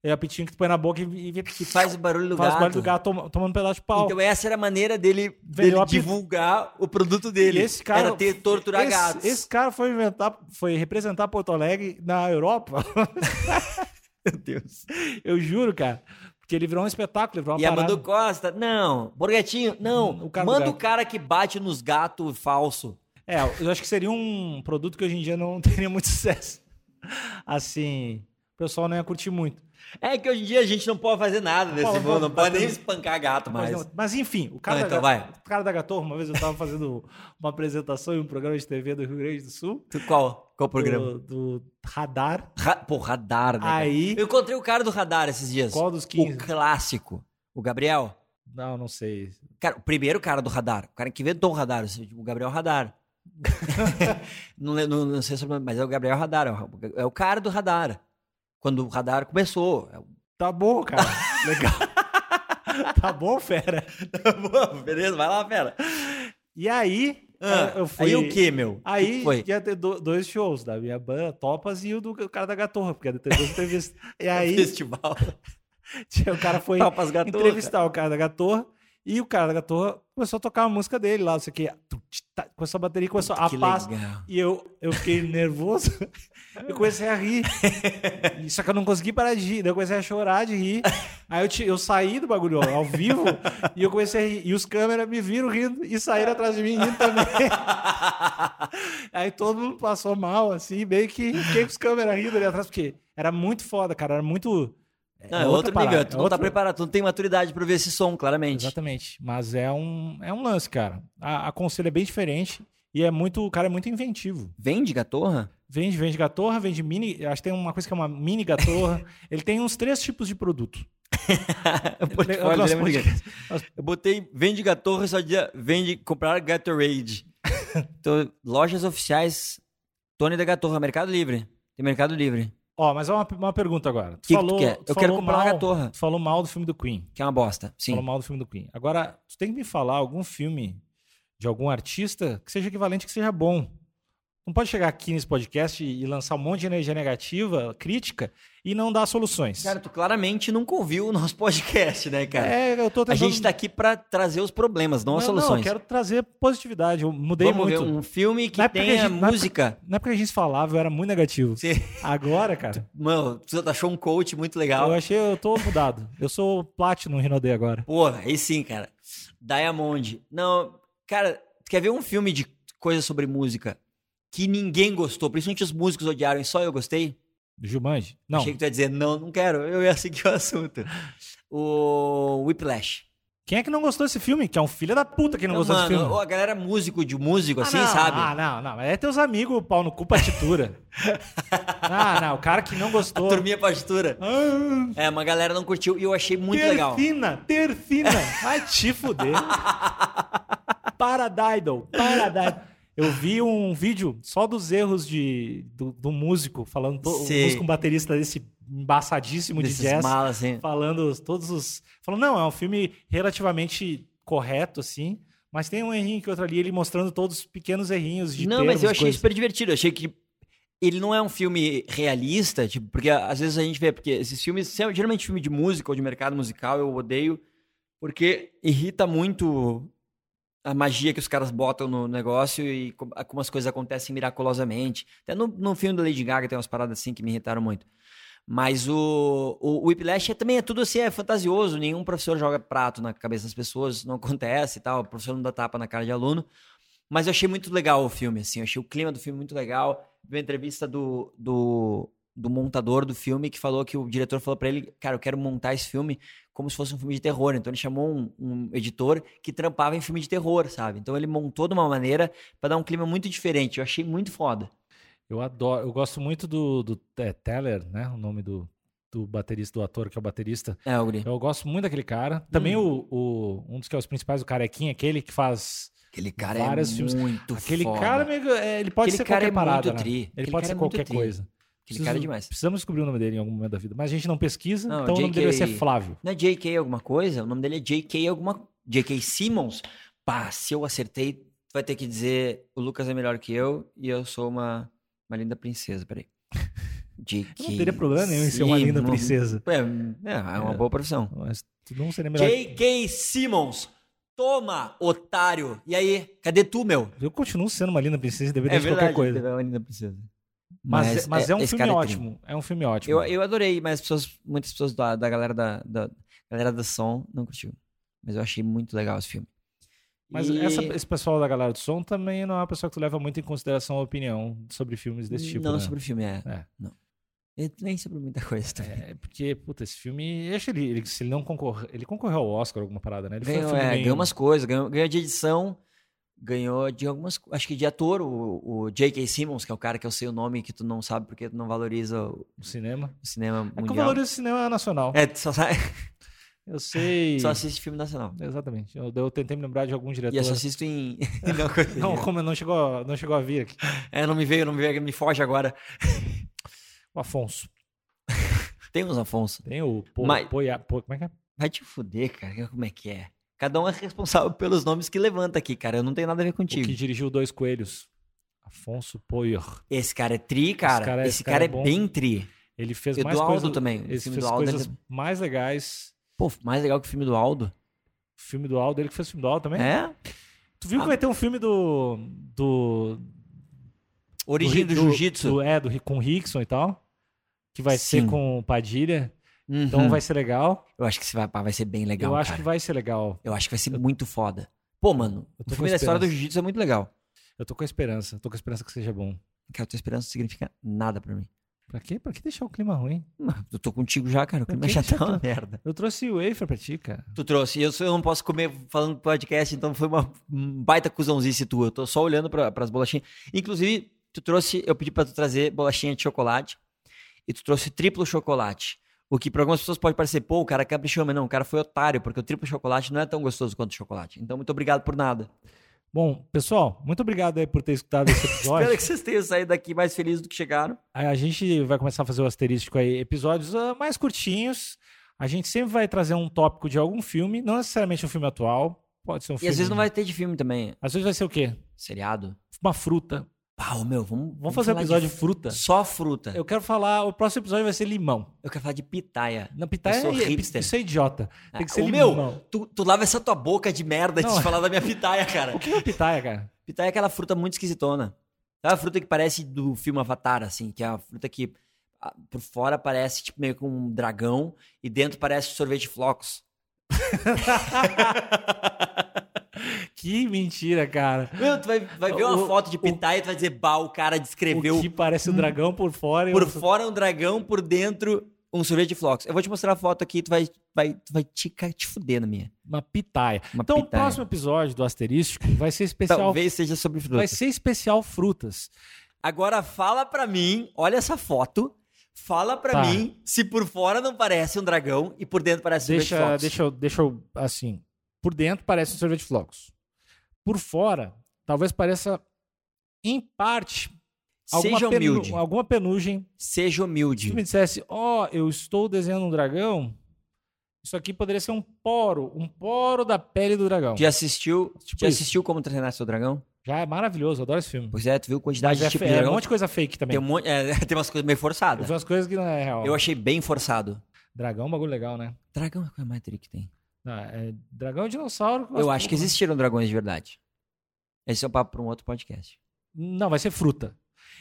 S1: É o apitinho que tu põe na boca e, e
S2: Que faz o barulho do
S1: faz o
S2: gato.
S1: barulho do gato toma- tomando um pedaço de pau.
S2: Então essa era a maneira dele,
S1: Vendeu
S2: dele
S1: a pizza.
S2: divulgar o produto dele.
S1: E esse cara-
S2: era ter torturar
S1: esse,
S2: gatos.
S1: esse cara foi inventar, foi representar Porto Alegre na Europa.
S2: Meu Deus.
S1: Eu juro, cara. Porque ele virou um espetáculo, ele virou uma
S2: E a
S1: parada. Hum,
S2: Manu Costa, não. Borgetinho, não.
S1: O cara do
S2: Manda
S1: gato.
S2: o cara que bate nos gatos falso.
S1: É, eu acho que seria um produto que hoje em dia não teria muito sucesso. Assim, o pessoal não ia curtir muito.
S2: É que hoje em dia a gente não pode fazer nada desse
S1: Pô,
S2: mundo, não
S1: vamos
S2: pode
S1: bater-
S2: nem espancar gato
S1: Mas,
S2: mais.
S1: não- mas, enfim, o cara,
S2: Ah, então
S1: da,
S2: vai.
S1: o cara da Gatorra, uma vez eu tava fazendo uma apresentação em um programa de TV do Rio Grande do Sul.
S2: Tu- Qual? Qual programa?
S1: Do, do Radar.
S2: Ra... Pô, radar, né? cara?
S1: Aí,
S2: Eu encontrei o cara do radar esses dias.
S1: qual é? dos
S2: O
S1: 15?
S2: clássico. O Gabriel.
S1: Não, não sei.
S2: Cara, o primeiro cara do radar. O cara que inventou o radar. O Gabriel Radar. não, le- não- não sei sobre, mas é o Gabriel Radar. é o- É o cara do radar. Quando o radar começou. É o-
S1: Tá bom, cara. Legal. tá bom, fera.
S2: Beleza, vai lá, fera.
S1: E aí,
S2: Ah,
S1: eh, eu fui...
S2: Aí o que, meu?
S1: Aí
S2: Que foi?
S1: ia ter do- dois shows, da minha banda, Topas e o do cara da Gatorra, porque teve duas entrevistas. E aí
S2: Festival.
S1: tinha- o cara foi
S2: Tapas Gatorra.
S1: entrevistar o cara da Gatorra e o cara da Gatorra começou a tocar a música dele lá, não sei o que. Começou a bateria, começou a
S2: Que
S1: paz.
S2: legal.
S1: E eu, eu fiquei nervoso eu comecei a rir. E- Só que eu não consegui parar de rir. Daí eu comecei a chorar de rir. Aí eu, ti- eu saí do bagulho ó, ao vivo e eu comecei a rir. E os câmeras me viram rindo e saíram atrás de mim rindo também. Aí todo mundo passou mal, assim, meio que fiquei com os câmeras rindo ali atrás, porque era muito foda, cara. Era muito.
S2: Não,
S1: é
S2: é outro
S1: parada,
S2: nível. Tu
S1: é
S2: não tá
S1: outro-
S2: preparado, tu não tem maturidade pra ver esse som, claramente.
S1: Exatamente. Mas é um, é um lance, cara. A, a conselho é bem diferente e é muito. O cara é muito inventivo.
S2: Vende gatorra?
S1: Vende, vende gatorra, vende mini. Acho que tem uma coisa que é uma mini gatorra. Ele tem uns três tipos de produto.
S2: Eu botei-
S1: Eu- eu-
S2: olha,
S1: eu-
S2: lembra de- Eu botei vende gatorra, só dizia vende comprar Gatorade. então, lojas oficiais, Tony da Gatorra, Mercado Livre. Tem Mercado Livre,
S1: Ó, mas é uma, uma pergunta agora. Tu
S2: Que que tu
S1: falou,
S2: quer?
S1: tu
S2: Eu quero
S1: falou
S2: comprar uma
S1: mal-
S2: gatorra.
S1: Tu falou mal do filme do Queen.
S2: que é uma bosta.
S1: Tu
S2: Sim.
S1: falou mal do filme do Queen. Agora, tu tem que me falar algum filme de algum artista que seja equivalente, que seja bom. Não pode chegar aqui nesse podcast e, e lançar um monte de energia negativa, crítica, e não dar soluções.
S2: Cara, tu claramente nunca ouviu o nosso podcast, né, cara?
S1: é, eu tô
S2: a
S1: tentando...
S2: gente tá aqui pra trazer os problemas, não,
S1: não,
S2: as
S1: Não,
S2: soluções.
S1: eu quero trazer positividade. Eu mudei
S2: Vamos
S1: muito.
S2: ver um filme que
S1: Na época que a
S2: tenha
S1: gente- é na
S2: música.
S1: Na época que a gente falava, eu era muito negativo.
S2: Sim.
S1: Agora, cara,
S2: Mano, tu achou um coach muito legal.
S1: eu achei, eu tô mudado. Eu sou Platinum Rinodê agora.
S2: Pô, aí sim, cara. Diamond. Não, cara, tu quer ver um filme de coisa sobre música que ninguém gostou, principalmente os músicos odiaram e só eu gostei?
S1: Jumanji? Não.
S2: Achei que tu ia dizer, não, não quero, eu ia seguir o assunto. O Whiplash.
S1: Quem é que não gostou desse filme? Que é um filho da puta que não, gostou
S2: mano,
S1: desse filme.
S2: ou a galera músico de músico, assim,
S1: não,
S2: sabe?
S1: Ah, não, não. É teus amigos, pau no cu, partitura. ah, não. O cara que não gostou.
S2: Turminha partitura.
S1: Ah,
S2: É, uma galera não curtiu e eu achei muito legal.
S1: terfina, terfina. Vai te fuder. Paradiddle, paradiddle. Eu vi um vídeo só dos erros de, do, do músico, falando to- o
S2: Sim.
S1: músico um baterista desse embaçadíssimo
S2: Desses
S1: de jazz.
S2: malas, assim.
S1: falando os- todos os. Falando, não, é um filme relativamente correto, assim, mas tem um errinho que outro ali, ele mostrando todos os pequenos errinhos de
S2: não,
S1: termos,
S2: mas eu achei
S1: coisas.
S2: super divertido. Eu achei que ele não é um filme realista, tipo, porque às vezes a gente vê, porque esses filmes, são- geralmente filme de música ou de mercado musical, eu odeio, porque irrita muito a magia que os caras botam no negócio e co- como as coisas acontecem miraculosamente. Até no, no filme da Lady Gaga tem umas paradas assim que me irritaram muito. Mas o, o, o Whiplash é, também é tudo assim, é fantasioso, nenhum professor joga prato na cabeça das pessoas, isso não acontece e tal, o professor não dá tapa na cara de aluno. Mas eu achei muito legal o filme, assim. Eu achei o clima do filme muito legal. Vi uma entrevista do, do, do montador do filme que falou que o diretor falou pra ele: Cara, eu quero montar esse filme como se fosse um filme de terror. Então ele chamou um, um editor que trampava em filme de terror, sabe? Então ele montou de uma maneira pra dar um clima muito diferente. Eu achei muito foda.
S1: Eu adoro, eu gosto muito do, do é, Teller, né? O nome do, do baterista, do ator que é o baterista.
S2: É, Uri.
S1: Eu gosto muito daquele cara. Também
S2: Hum.
S1: o, o- um dos que é os principais, o carequinha, aquele que faz.
S2: Aquele cara
S1: Vários
S2: é
S1: filmes.
S2: muito
S1: Aquele
S2: foda.
S1: cara, meio, é, ele pode
S2: Aquele
S1: ser
S2: cara
S1: qualquer
S2: é muito
S1: parada. né?
S2: tri.
S1: Ele
S2: Aquele
S1: pode
S2: cara
S1: ser
S2: é muito
S1: qualquer
S2: tri.
S1: coisa.
S2: Aquele cara é demais.
S1: Precisamos descobrir o nome dele em algum momento da vida. Mas a gente não pesquisa,
S2: Não,
S1: então o nome
S2: JK.
S1: dele vai ser Flávio.
S2: Não é J.K. alguma coisa? O nome dele é J.K. alguma... J.K. Simmons? Pá, se eu acertei, tu vai ter que dizer o Lucas é melhor que eu e eu sou uma, uma linda princesa, peraí. J.K.
S1: Eu não teria problema nenhum em ser uma linda
S2: Simmons.
S1: princesa.
S2: É, é, é uma
S1: É.
S2: boa profissão.
S1: Mas tu não seria melhor.
S2: J.K. Simmons, toma, otário. E aí, cadê tu, meu?
S1: Eu continuo sendo uma linda princesa, independente de qualquer coisa.
S2: tu é uma linda princesa.
S1: Mas, mas, é, um
S2: esse
S1: filme
S2: cara tri.
S1: ótimo. É um filme ótimo.
S2: Eu, eu adorei, mas as pessoas, muitas pessoas da, da galera da, da galera do som não curtiu. Mas eu achei muito legal esse filme.
S1: Mas
S2: E-
S1: essa- esse pessoal da galera do som também não é uma pessoa que tu leva muito em consideração a opinião sobre filmes desse tipo.
S2: Não
S1: né?
S2: sobre o filme, é.
S1: É.
S2: Não. E nem sobre muita coisa também.
S1: É, porque, puta, esse filme. Acho que ele, ele- se ele não concorreu. Ele concorreu ao Oscar, alguma parada, né? Ele foi um
S2: Ganhou,
S1: filme
S2: é,
S1: bem-
S2: ganhou umas coisas, ganhou, ganhou de edição, ganhou de algumas. co- Acho que de ator, o, o J.K. Simmons, que é o cara que eu sei o nome que tu não sabe porque tu não valoriza o
S1: um cinema.
S2: cinema
S1: É que eu
S2: mundial.
S1: valorizo o cinema nacional.
S2: É, tu só, sabe-
S1: Eu sei.
S2: só assiste filme nacional.
S1: Exatamente. Eu, eu tentei me lembrar de algum diretor.
S2: E eu só assisto em. não, coisa-
S1: Não, como não chegou, não chegou a vir aqui.
S2: É, não me veio, não me veio, me foge agora.
S1: O Afonso.
S2: Tem uns Afonso.
S1: Tem o po,
S2: Mas-
S1: Poia- Po- como é que é?
S2: Vai te fuder, cara, como é que é? Cada um é responsável pelos nomes que levanta aqui, cara. Eu não tenho nada a ver
S1: O que
S2: contigo.
S1: dirigiu Dois Coelhos. Afonso Poyer.
S2: Esse cara é tri, cara. Esse cara,
S1: cara- esse
S2: é,
S1: cara é bom.
S2: bem tri.
S1: Ele fez
S2: E do
S1: mais
S2: Aldo
S1: coisa-
S2: também. O
S1: Ele
S2: filme do
S1: fez
S2: Aldo, né?
S1: coisas
S2: ele- é,
S1: mais legais.
S2: Pô, mais legal que o filme do Aldo.
S1: O filme do Aldo, ele que fez o filme do Aldo também.
S2: É?
S1: Tu viu
S2: Ah.
S1: que vai ter um filme do. do.
S2: Origem do,
S1: Ri-
S2: Jiu-Jitsu.
S1: do- É, do, Ri- com o Rickson e tal. Que vai
S2: Sim.
S1: ser com o Padilha. Então
S2: Uhum.
S1: vai ser legal.
S2: Eu acho que esse vai, pá, vai ser bem legal,
S1: Eu
S2: cara.
S1: acho que vai ser legal.
S2: Eu acho que vai ser muito foda. Pô, mano,
S1: Eu
S2: o
S1: tô
S2: filme
S1: com
S2: da história do
S1: esperança.
S2: Jiu-Jitsu é muito legal.
S1: Eu tô com a esperança. Tô com a esperança que seja bom.
S2: Cara, a tua esperança não significa nada pra mim.
S1: Pra quê? Pra que deixar o clima ruim?
S2: Mas Eu tô contigo já, cara. O clima
S1: que
S2: já
S1: que
S2: tá uma
S1: tu-
S2: merda.
S1: Eu trouxe o wafer pra ti, cara.
S2: Tu trouxe. Eu, sou- eu não posso comer falando podcast, então foi uma um baita cuzãozice tua. Eu tô só olhando pra, pras bolachinhas. Inclusive, tu trouxe. Eu pedi pra tu trazer bolachinha de chocolate. E tu trouxe triplo chocolate. O que pra algumas pessoas pode parecer, pô, o cara é caprichou, mas não, o cara foi otário, porque o triplo chocolate não é tão gostoso quanto o chocolate. Então, muito obrigado por nada.
S1: Bom, pessoal, muito obrigado aí por ter escutado esse
S2: Espero
S1: episódio.
S2: que vocês tenham saído daqui mais felizes do que chegaram.
S1: a a gente vai começar a fazer o asterístico aí, episódios ah, mais curtinhos. A gente sempre vai trazer um tópico de algum filme, não necessariamente um filme atual. Pode ser um
S2: E
S1: filme.
S2: às vezes não vai ter de filme também.
S1: Às vezes vai ser o quê?
S2: Seriado.
S1: Uma fruta.
S2: Pau, meu, vamos.
S1: Vamos fazer um
S2: falar de
S1: episódio de fruta?
S2: Só fruta. Eu...
S1: Eu quero falar, o próximo episódio vai ser limão.
S2: quero falar de pitaia.
S1: Na pitaia,
S2: Eu sou
S1: é-
S2: hipster. Ah,
S1: isso é idiota. Tem que ser
S2: o
S1: limão.
S2: meu, tu, tu lava essa tua boca de merda antes
S1: Não.
S2: de falar da minha pitaia, cara.
S1: O que é pitaia, cara?
S2: Pitaia é aquela fruta muito esquisitona. É uma fruta que parece do filme Avatar, assim, que é uma fruta que ah, por fora parece tipo meio com um dragão e dentro parece um sorvete de flocos.
S1: Que mentira, cara.
S2: Meu, tu vai, vai ver uma
S1: O-
S2: foto de pitaia e tu vai dizer, bah, o cara descreveu
S1: O que parece um dragão por fora. e
S2: Por
S1: um-
S2: fora um dragão, por dentro um sorvete de flocos. Eu vou te mostrar a foto aqui, tu vai, vai, tu vai te, ca- te fuder na minha.
S1: Uma pitaia.
S2: Uma
S1: então,
S2: pitaia.
S1: o próximo episódio do Asterístico vai ser especial
S2: Talvez seja sobre
S1: Vai
S2: frutas.
S1: ser especial frutas.
S2: Agora fala pra mim, olha essa foto, fala pra
S1: Tá.
S2: mim se por fora não parece um dragão e por dentro parece um sorvete de
S1: Deixa,
S2: flocos.
S1: deixa, eu, deixa eu, assim. Por dentro parece um sorvete de flocos. Por fora, talvez pareça, em parte, alguma,
S2: Seja
S1: penu-
S2: humilde,
S1: alguma Tipo penugem.
S2: seja
S1: Se tu
S2: humilde.
S1: me dissesse, ó, eu estou desenhando um dragão, isso aqui poderia ser um poro, um poro da pele do dragão.
S2: Já assistiu,
S1: Tipo
S2: já
S1: isso.
S2: assistiu Como Treinar Seu Dragão?
S1: Já é maravilhoso, eu adoro esse filme.
S2: Pois é, tu viu a quantidade
S1: Mas
S2: de
S1: é,
S2: tipo
S1: fe-
S2: de
S1: é um
S2: dragão?
S1: monte de coisa fake também.
S2: Tem, um monte- é, tem umas coisas meio
S1: Eu
S2: forçadas.
S1: vi umas coisas que não é real.
S2: Eu achei bem forçado.
S1: Dragão é um bagulho legal, né?
S2: Dragão é a coisa mais tri que tem.
S1: Não, é- Dragão é dinossauro.
S2: Eu acho que existiram dragões de verdade. Esse é um papo para um outro podcast.
S1: Não, vai ser fruta.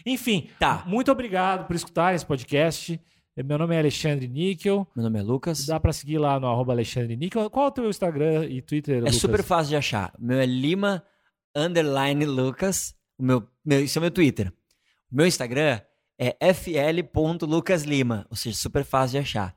S1: Enfim,
S2: Tá.
S1: muito obrigado por escutar esse podcast. Meu nome é Alexandre Níquel.
S2: Meu nome é Lucas.
S1: Dá pra seguir lá no arroba Alexandre Níquel. Qual é o teu Instagram e Twitter,
S2: é
S1: Lucas?
S2: super fácil de achar. O meu é Lima underline Lucas. O meu, meu, esse é o meu Twitter. O meu Instagram é fl.lucaslima, ou seja, super fácil de achar.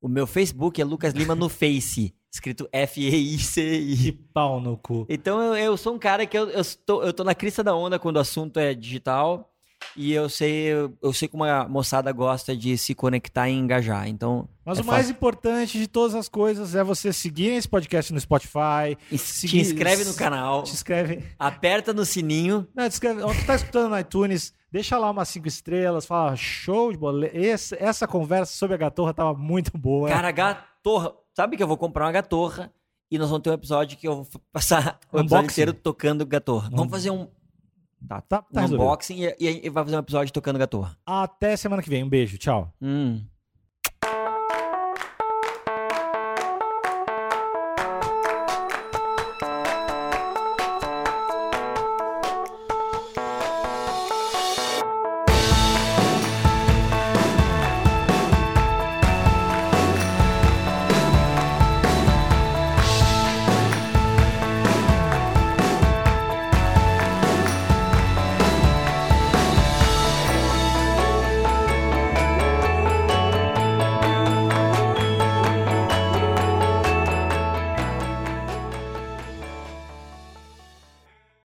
S2: O meu Facebook é Lucas Lima no Face, escrito F-E-I-C-I.
S1: Pau no cu.
S2: Então eu, eu sou um cara que eu, eu, tô, eu tô na crista da onda quando o assunto é digital. E eu sei, eu sei como a moçada gosta de se conectar e engajar. Então,
S1: Mas
S2: é
S1: o mais
S2: fácil.
S1: importante de todas as coisas é você seguir esse podcast no Spotify.
S2: E
S1: seguir-
S2: te inscreve no canal,
S1: Se inscreve.
S2: aperta no sininho.
S1: Não, se inscreve. Ó, tu tá escutando no iTunes, deixa lá umas cinco estrelas, fala show de bola. Esse- essa conversa sobre a gatorra tava muito boa.
S2: Cara, gatorra. Sabe que eu vou comprar uma gatorra e nós vamos ter um episódio que eu vou passar o episódio
S1: Unboxing.
S2: inteiro tocando gatorra.
S1: Um-
S2: Vamos fazer um,
S1: tá, tá,
S2: um
S1: tá resolvido.
S2: unboxing e, e, e vai fazer um episódio tocando gatorra.
S1: Até semana que vem. Um beijo. Tchau.
S2: Hum.